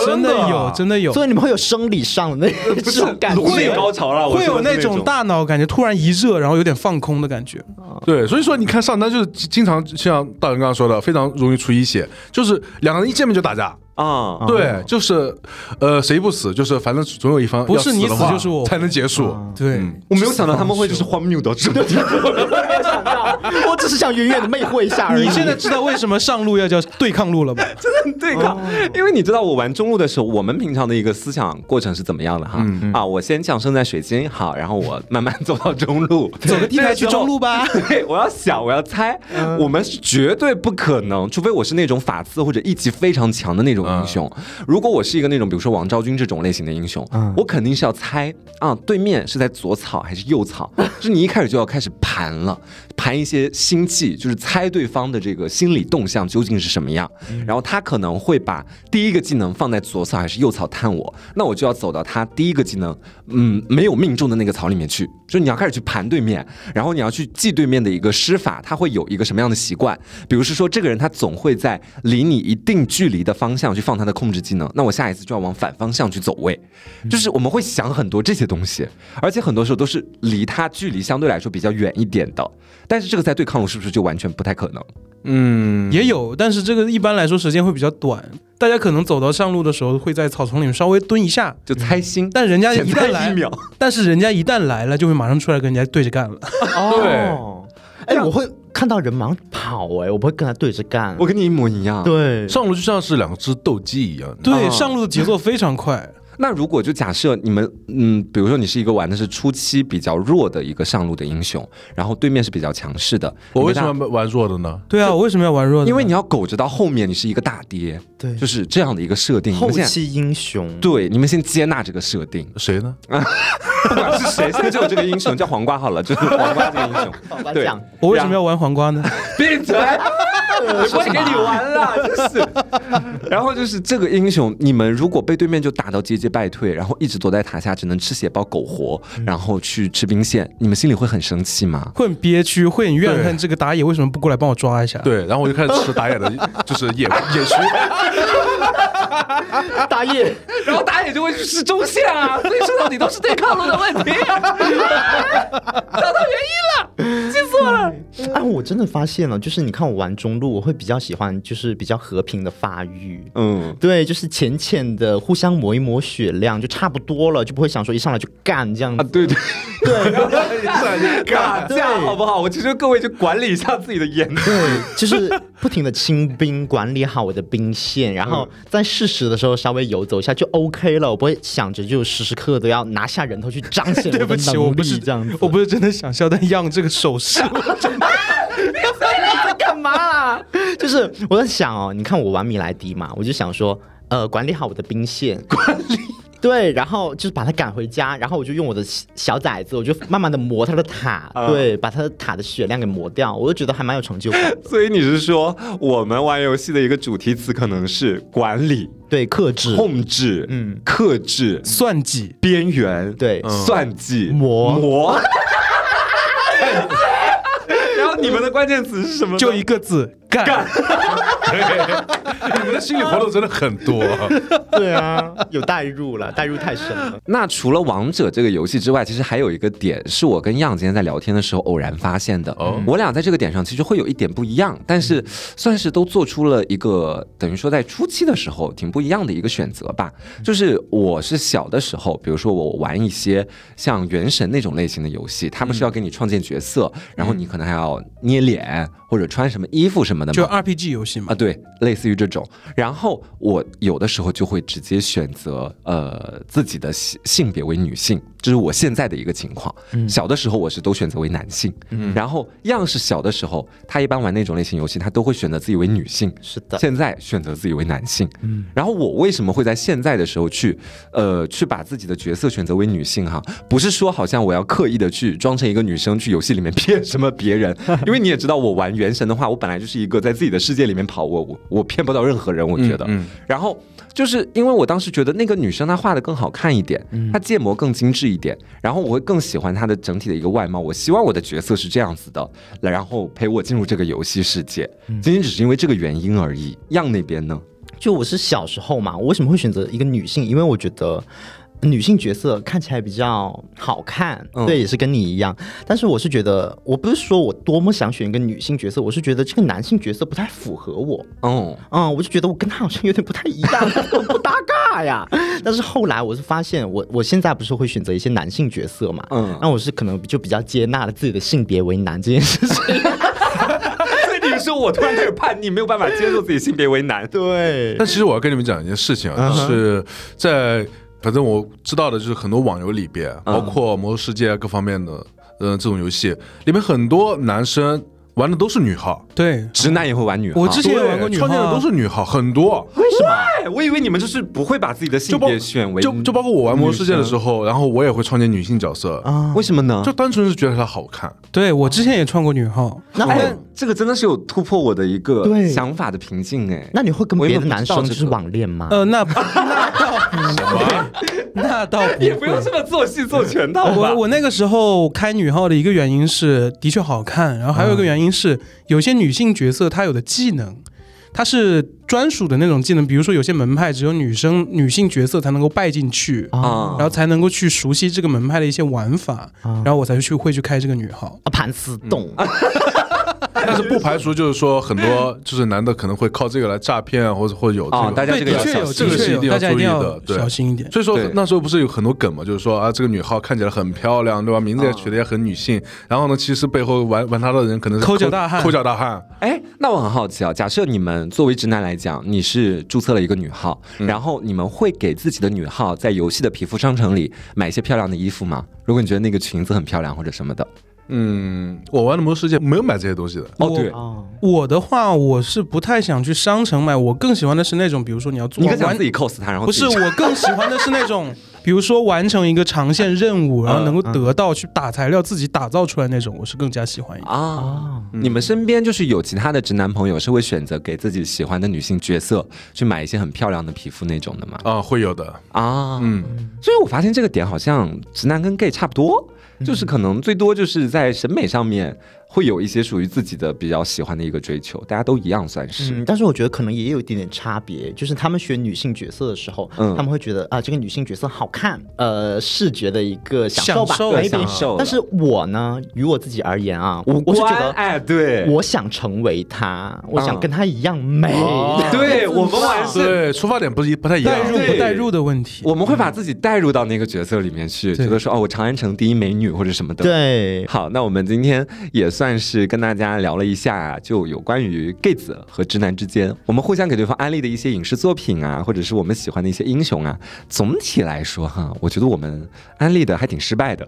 Speaker 5: 真的有真的有，
Speaker 4: 所以你们会有生理上的那种感
Speaker 6: 颅内
Speaker 4: 觉。
Speaker 6: 高潮
Speaker 1: 啊
Speaker 6: 了，我
Speaker 5: 会
Speaker 6: 说
Speaker 5: 有
Speaker 6: 的是
Speaker 5: 那
Speaker 6: 那
Speaker 5: 种大脑感觉突然一热，然后有点放空的感觉。
Speaker 3: 对，所以说你看上单就是经常像大人刚刚说的，非常容易出一血，就是两个人一见面就打架。
Speaker 6: 啊，
Speaker 3: 对，就是，呃，谁不死，就是反正总有一方
Speaker 5: 不是
Speaker 3: 要
Speaker 5: 你
Speaker 3: 的
Speaker 5: 死
Speaker 3: 话
Speaker 5: 就是我啊
Speaker 3: 才能结束。
Speaker 5: 对，
Speaker 6: 我没有想到他们会就是荒谬到这个地步。
Speaker 4: 我只是想远远的魅惑一下而已。
Speaker 5: 你现在知道为什么上路要叫对抗路了 吧？
Speaker 6: 对抗， 因为你知道我玩中路的时候，我们平常的一个思想过程是怎么样的哈？啊，我先降生在水晶，好，然后我慢慢走到中路，
Speaker 5: 走个 T 台去中路吧。
Speaker 6: 对，我要想，我要猜，我们是绝对不可能，除非我是那种法刺或者一级非常强的那种英雄。如果我是一个那种，比如说王昭君这种类型的英雄，我肯定是要猜啊，对面是在左草还是右草，就是你一开始就要开始盘了，盘一些心计，就是猜对方的这个心理动向究竟是什么样。然后他可能会把第一个技能放在左草还是右草探我，那我就要走到他第一个技能，嗯，没有命中的那个草里面去，就是你要开始去盘对面，然后你要去记对面的一个施法，他会有一个什么样的习惯？比如是说，这个人他总会在离你一定距离的方向去放他的控制技能，那我下一次就要往反方向去走位。
Speaker 3: 嗯
Speaker 6: 就是我们会想很多这些东西，而且很多时候都是离他距离相对来说比较远一点的。但是这个在对抗路是不是就完全不太可能？
Speaker 3: 嗯，
Speaker 5: 也有，但是这个一般来说时间会比较短，大家可能走到上路的时候会在草丛里面稍微蹲一下，
Speaker 6: 就猜
Speaker 3: 嗯
Speaker 6: 心，
Speaker 5: 但人家
Speaker 6: 潜
Speaker 5: 一
Speaker 6: 在
Speaker 5: 旦来
Speaker 6: 一，秒，
Speaker 5: 但是人家一旦来了，就会马上出来跟人家对着干了。
Speaker 4: 哦，哎，我会看到人马上跑，哎，我不会跟他对着干
Speaker 6: 我。跟你一模一样。
Speaker 4: 对，
Speaker 3: 上路就像是两只斗鸡一样。
Speaker 5: 对，上路的节奏非常快，
Speaker 6: 那如果就假设你们，嗯，比如说你是一个玩的是初期比较弱的一个上路的英雄，然后对面是比较强势的，
Speaker 3: 我
Speaker 6: 你
Speaker 3: 为
Speaker 6: 跟
Speaker 3: 什
Speaker 6: 他
Speaker 3: 么玩弱的呢？
Speaker 5: 对啊，我为什么要玩弱的呢？
Speaker 6: 因为你要苟着到后面，你是一个大爹，
Speaker 4: 对
Speaker 6: 就是这样的一个设定。你
Speaker 4: 后
Speaker 6: 们现在
Speaker 4: 期英雄。
Speaker 6: 对，你们先接纳这个设定，
Speaker 3: 谁呢？
Speaker 6: 不管 是谁，现在就有这个英雄叫黄瓜好了，就是黄瓜这个英雄。
Speaker 4: 我
Speaker 6: 对
Speaker 4: 讲，
Speaker 5: 我为什么要玩黄瓜 呢？
Speaker 6: 闭嘴！ 我不会跟你玩 了，真是。然后就是这个英雄，你们如果被对面就打到节节败退，然后一直躲在塔下，只能吃血包苟活，然后去吃兵线，你们心里会很生气吗？
Speaker 5: 会很憋屈，会很怨
Speaker 3: 对
Speaker 5: 恨这个打野为什么不过来帮我抓一下？，
Speaker 3: 对，然后我就开始吃打野的，就是野野区。
Speaker 4: 大业
Speaker 6: 然后打野就会去吃中线啊，所以说到底都是 哎对抗路的问题，找到原因了，气死我了。
Speaker 4: 哎，
Speaker 5: 嗯
Speaker 4: 我真的发现了，就是你看我玩中路，我会比较喜欢就是比较和平的发育，
Speaker 6: 嗯，
Speaker 4: 对，就是浅浅的互相磨一磨血量就差不多了，就不会想说一上来就干这样子。
Speaker 6: 啊，对对，
Speaker 3: 对，
Speaker 6: 打架好不好？我其实各位就管理一下自己的言论。
Speaker 4: 对，就是不停的清兵，管理好我的兵线，然后
Speaker 5: 嗯
Speaker 4: 在适时的时候稍微游走一下就 OK 了。我不会想着就时时刻刻都要拿下人头去彰显
Speaker 5: 对不
Speaker 4: 的
Speaker 5: 起，我
Speaker 4: 能
Speaker 5: 不
Speaker 4: 力
Speaker 5: 是
Speaker 4: 这样子。
Speaker 5: 我不是真的想笑，但让这个手势，
Speaker 4: 干嘛啊啦？ 就是我在想哦，你看我玩米莱迪嘛，我就想说，呃，管理好我的兵线，管理。对，然后就是把他赶回家，然后我就用我的小小崽子，我就慢慢的磨他的塔，对，把他的塔的血量给磨掉，我就觉得还蛮有成就感的。
Speaker 6: 所以你是说，我们玩游戏的一个主题词可能是管理、
Speaker 4: 对，克 制、
Speaker 6: 控制、嗯、克制、
Speaker 5: 算 计，
Speaker 6: 边缘、
Speaker 4: 对
Speaker 6: 算计、
Speaker 4: 磨
Speaker 6: 磨。然后你们的关键词是什么呢？
Speaker 5: 就一个字干。
Speaker 3: 你们的心理活动真的很多。
Speaker 4: 对啊，有代入了，代入太深了。
Speaker 6: 那除了王者这个游戏之外，其实还有一个点是我跟样今天在聊天的时候偶然发现的。
Speaker 3: 哦
Speaker 6: 我俩在这个点上其实会有一点不一样，但是算是都做出了一个等于说在初期的时候挺不一样的一个选择吧。就是我是小的时候，比如说我玩一些像《原神》那种类型的游戏，他们是要给你创建角色，然后你可能还要捏脸或者穿什么衣服什么的嘛。
Speaker 5: 就 RPG 游戏嘛
Speaker 6: 啊，，对，类似于这种。然后我有的时候就会直接选择呃自己的性性别为女性，这是我现在的一个情况。小的时候我是都选择为男性，然后样是小的时候，他一般玩那种类型游戏，他都会选择自己为女性。
Speaker 4: 是的，
Speaker 6: 现在选择自己为男性，然后我为什么会在现在的时候去，呃，去把自己的角色选择为女性哈？不是说好像我要刻意的去装成一个女生去游戏里面骗什么别人，因为你也知道我玩原神的话，我本来就是一个在自己的世界里面跑，我我我骗不到任何人，我觉得。然后就是因为我当时觉得那个女生她画的更好看一点，她建模更精致一点，然后我会更喜欢她的整体的一个外貌，我希望我的角色是这样子的，然后陪我进入这个游戏世界，仅仅只是因为这个原因而已。样那边呢？
Speaker 4: 就我是小时候嘛，我为什么会选择一个女性？因为我觉得女性角色看起来比较好看，
Speaker 6: 嗯
Speaker 4: 对，也是跟你一样。但是我是觉得，我不是说我多么想选一个女性角色，我是觉得这个男性角色不太符合我。
Speaker 6: 哦，
Speaker 4: 嗯，我就觉得我跟他好像有点不太一 样，我不搭嘎呀。但是后来我是发现我，我现在不是会选择一些男性角色嘛，
Speaker 6: 嗯
Speaker 4: 嗯，那我是可能就比较接纳了自己的性别为男这件事 情。
Speaker 6: 所以你说我突然开始叛逆，没有办法接受自己性别为男。
Speaker 4: 对，
Speaker 3: 但其实我要跟你们讲一件事情
Speaker 6: 嗯
Speaker 3: 啊，就是在反正我知道的就是很多网游里边，
Speaker 6: 嗯
Speaker 3: 包括《魔兽世界》啊各方面的，嗯、这种游戏里面很多男生玩的都是女号。
Speaker 5: 对，
Speaker 6: 直男也会玩女号，
Speaker 5: 我之前也玩过女
Speaker 3: 创建的
Speaker 5: 号
Speaker 3: 都
Speaker 5: 啊，
Speaker 3: 是女号，很多，
Speaker 6: 哎我以为你们就是不会把自己的性
Speaker 3: 就包
Speaker 6: 别选为
Speaker 3: 就就包括我玩《魔兽世界》的时候，然后我也会创建女性角色，
Speaker 6: 为什么呢？
Speaker 3: 就单纯是觉得她好看。
Speaker 5: 对我之前也创过女号，
Speaker 4: 那我、
Speaker 6: 哎，这个真的是有突破我的一个
Speaker 4: 对
Speaker 6: 想法的瓶颈哎。
Speaker 4: 那你会跟
Speaker 6: 我原
Speaker 4: 别
Speaker 6: 本
Speaker 4: 的男生
Speaker 6: 不知道这
Speaker 4: 就
Speaker 6: 个嗯
Speaker 4: 是网恋吗？
Speaker 5: 呃，那 那倒那倒不
Speaker 6: 也不用
Speaker 5: 会。呃
Speaker 6: 这么做戏做全套吧。
Speaker 5: 我我那个时候开女号的一个原因是的确好看，然后还有一个原因是、有些女性角色她有的技能，她是专属的那种技能，比如说有些门派只有女生女性角色才能够拜进去，
Speaker 6: 啊
Speaker 4: 哦
Speaker 5: 然后才能够去熟悉这个门派的一些玩法，
Speaker 6: 啊
Speaker 5: 然后我才去会去开这个女号。
Speaker 4: 啊，盘丝洞、
Speaker 6: 嗯
Speaker 3: 但是不排除就是说很多就是男的可能会靠这个来诈骗，或者或者有这
Speaker 6: 啊
Speaker 3: 种。
Speaker 6: 大家
Speaker 5: 对，
Speaker 6: 这个
Speaker 5: 的
Speaker 6: 要
Speaker 5: 确
Speaker 6: 小
Speaker 5: 有，
Speaker 6: 心
Speaker 3: 这
Speaker 5: 的确有，
Speaker 3: 个是一定要
Speaker 5: 大家一定
Speaker 3: 注意的
Speaker 5: 要
Speaker 3: 对
Speaker 5: 小心一点。
Speaker 3: 所以说
Speaker 6: 对
Speaker 3: 那时候不是有很多梗嘛，就是说啊，这个女号看起来很漂亮，对吧？名字
Speaker 5: 哦
Speaker 3: 也取得也很女性，然后呢，其实背后玩玩她的人可能是
Speaker 5: 抠脚大汉
Speaker 3: 抠脚大汉，
Speaker 6: 哎，那我很好奇啊，假设你们作为直男来讲，你是注册了一个女号，然后你们会给自己的女号在游戏的皮肤商城里买一些漂亮的衣服吗？如果你觉得那个裙子很漂亮或者什么的，
Speaker 3: 嗯，我玩的魔兽世界没有买这些东西的，
Speaker 6: 哦对，
Speaker 4: 哦，
Speaker 5: 我的话，我是不太想去商城买，我更喜欢的是那种，比如说你要做
Speaker 6: 你可想
Speaker 5: 完
Speaker 6: 自己 cos 它，然后
Speaker 5: 不
Speaker 6: 自己
Speaker 5: 是，我更喜欢的是那种，比如说完成一个长线任务，然后能够得到去打材料自己打造出来那种，我是更加喜欢一点。
Speaker 6: 啊，
Speaker 4: 嗯
Speaker 6: 你们身边就是有其他的直男朋友是会选择给自己喜欢的女性角色去买一些很漂亮的皮肤那种的吗？
Speaker 3: 啊，会有的，
Speaker 5: 哦
Speaker 6: 啊，
Speaker 3: 嗯，
Speaker 6: 所以我发现
Speaker 4: 嗯
Speaker 6: 这个点好像直男跟 gay 差不多，就是可能最多就是在审美上面会有一些属于自己的比较喜欢的一个追求，大家都一样算是。
Speaker 4: 嗯，但是我觉得可能也有一点点差别，就是他们选女性角色的时候，
Speaker 6: 嗯
Speaker 4: 他们会觉得啊、这个女性角色好看，呃，视觉的一个享受吧
Speaker 5: 享受
Speaker 4: m
Speaker 6: 对
Speaker 4: a y
Speaker 6: 享受了
Speaker 4: 但是我呢，于我自己而言啊，我我是觉
Speaker 6: 关
Speaker 4: 得，
Speaker 6: 哎，对，
Speaker 4: 我想成为她，我想
Speaker 6: 嗯
Speaker 4: 跟她一样美。
Speaker 6: 对我们玩是。
Speaker 3: 对，出发点不一不太一样。
Speaker 5: 代入不代入的问题。
Speaker 6: 我们会把自己带入到那个角色里面去，
Speaker 5: 对
Speaker 6: 觉得说哦，我长安城第一美女或者什么的。
Speaker 4: 对，
Speaker 6: 好，那我们今天也算是跟大家聊了一下，就有关于 gay 子和直男之间，我们互相给对方安利的一些影视作品啊，或者是我们喜欢的一些英雄啊。总体来说哈，我觉得我们安利的还挺 失败的，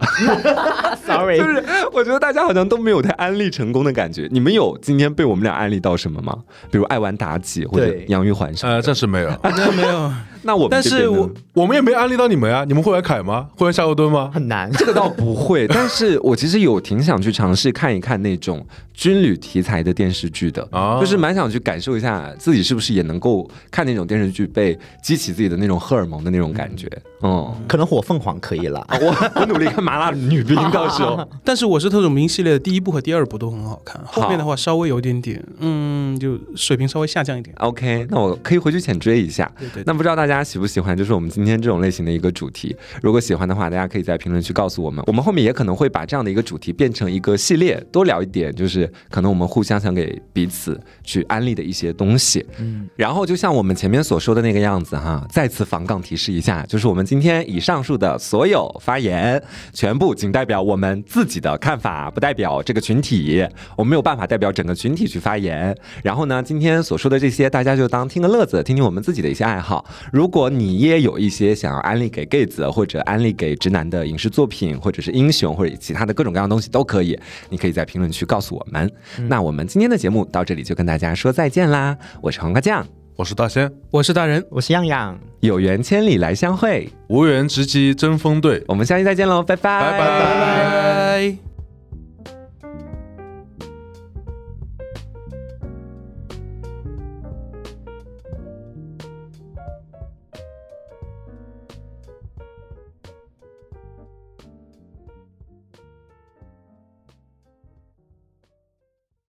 Speaker 4: ，sorry，
Speaker 6: 就是我觉得大家好像都没有太安利成功的感觉。你们有今天被我们俩安利到什么吗？比如艾玩妲己或者
Speaker 4: 对
Speaker 6: 杨玉环什么？
Speaker 3: 呃，暂时没有。
Speaker 5: 那没有，
Speaker 6: 那我们
Speaker 5: 但
Speaker 6: 这边
Speaker 5: 是
Speaker 6: 呢
Speaker 5: 我
Speaker 3: 我们也没安利到你们啊，你们会玩凯吗？会玩夏侯惇吗？
Speaker 4: 很难。
Speaker 6: 这个倒不会，但是我其实有挺想去尝试看一看那种军旅题材的电视剧的，
Speaker 3: 啊
Speaker 6: 就是蛮想去感受一下自己是不是也能够看那种电视剧，被激起自己的那种荷尔蒙的那种感觉。嗯，
Speaker 4: 可能火凤凰可以啦，
Speaker 6: 啊 我我努力看麻辣女兵，到时候
Speaker 5: 但是我是特种兵系列的第一部和第二部都很好看，后面的话稍微有点点，嗯，就水平稍微下降一点。
Speaker 6: OK，那我可以回去浅追一下。
Speaker 5: 对对
Speaker 6: 那不知道大家喜不喜欢，就是我们今天这种类型的一个主题。如果喜欢的话，大家可以在评论区告诉我们。我们后面也可能会把这样的一个主题变成一个系列，多聊一点，就是可能我们互相想给彼此去安利的一些东西。嗯，然后就像我们前面所说的那个样子哈，再次防杠提示一下，就是我们今天以上述的所有发言，全部仅代表我们自己的看法，不代表这个群体。我们没有办法代表整个群体去发言。然后呢，今天所说的这些，大家就当听个乐子，听听我们自己的一些爱好。如果你也有一些想要安利给 gay 子或者安利给直男的影视作品，或者是英雄或者其他的各种各样的东西都可以，你可以在评论区告诉我们。那我们今天的节目到这里就跟大家说再见啦！我是黄瓜酱，
Speaker 3: 我是大仙，
Speaker 5: 我是大人，
Speaker 4: 我是样样。
Speaker 6: 有缘千里来相会，
Speaker 3: 无缘直击争锋队。
Speaker 6: 我们下期再见喽，拜拜
Speaker 3: 拜拜
Speaker 5: 拜拜。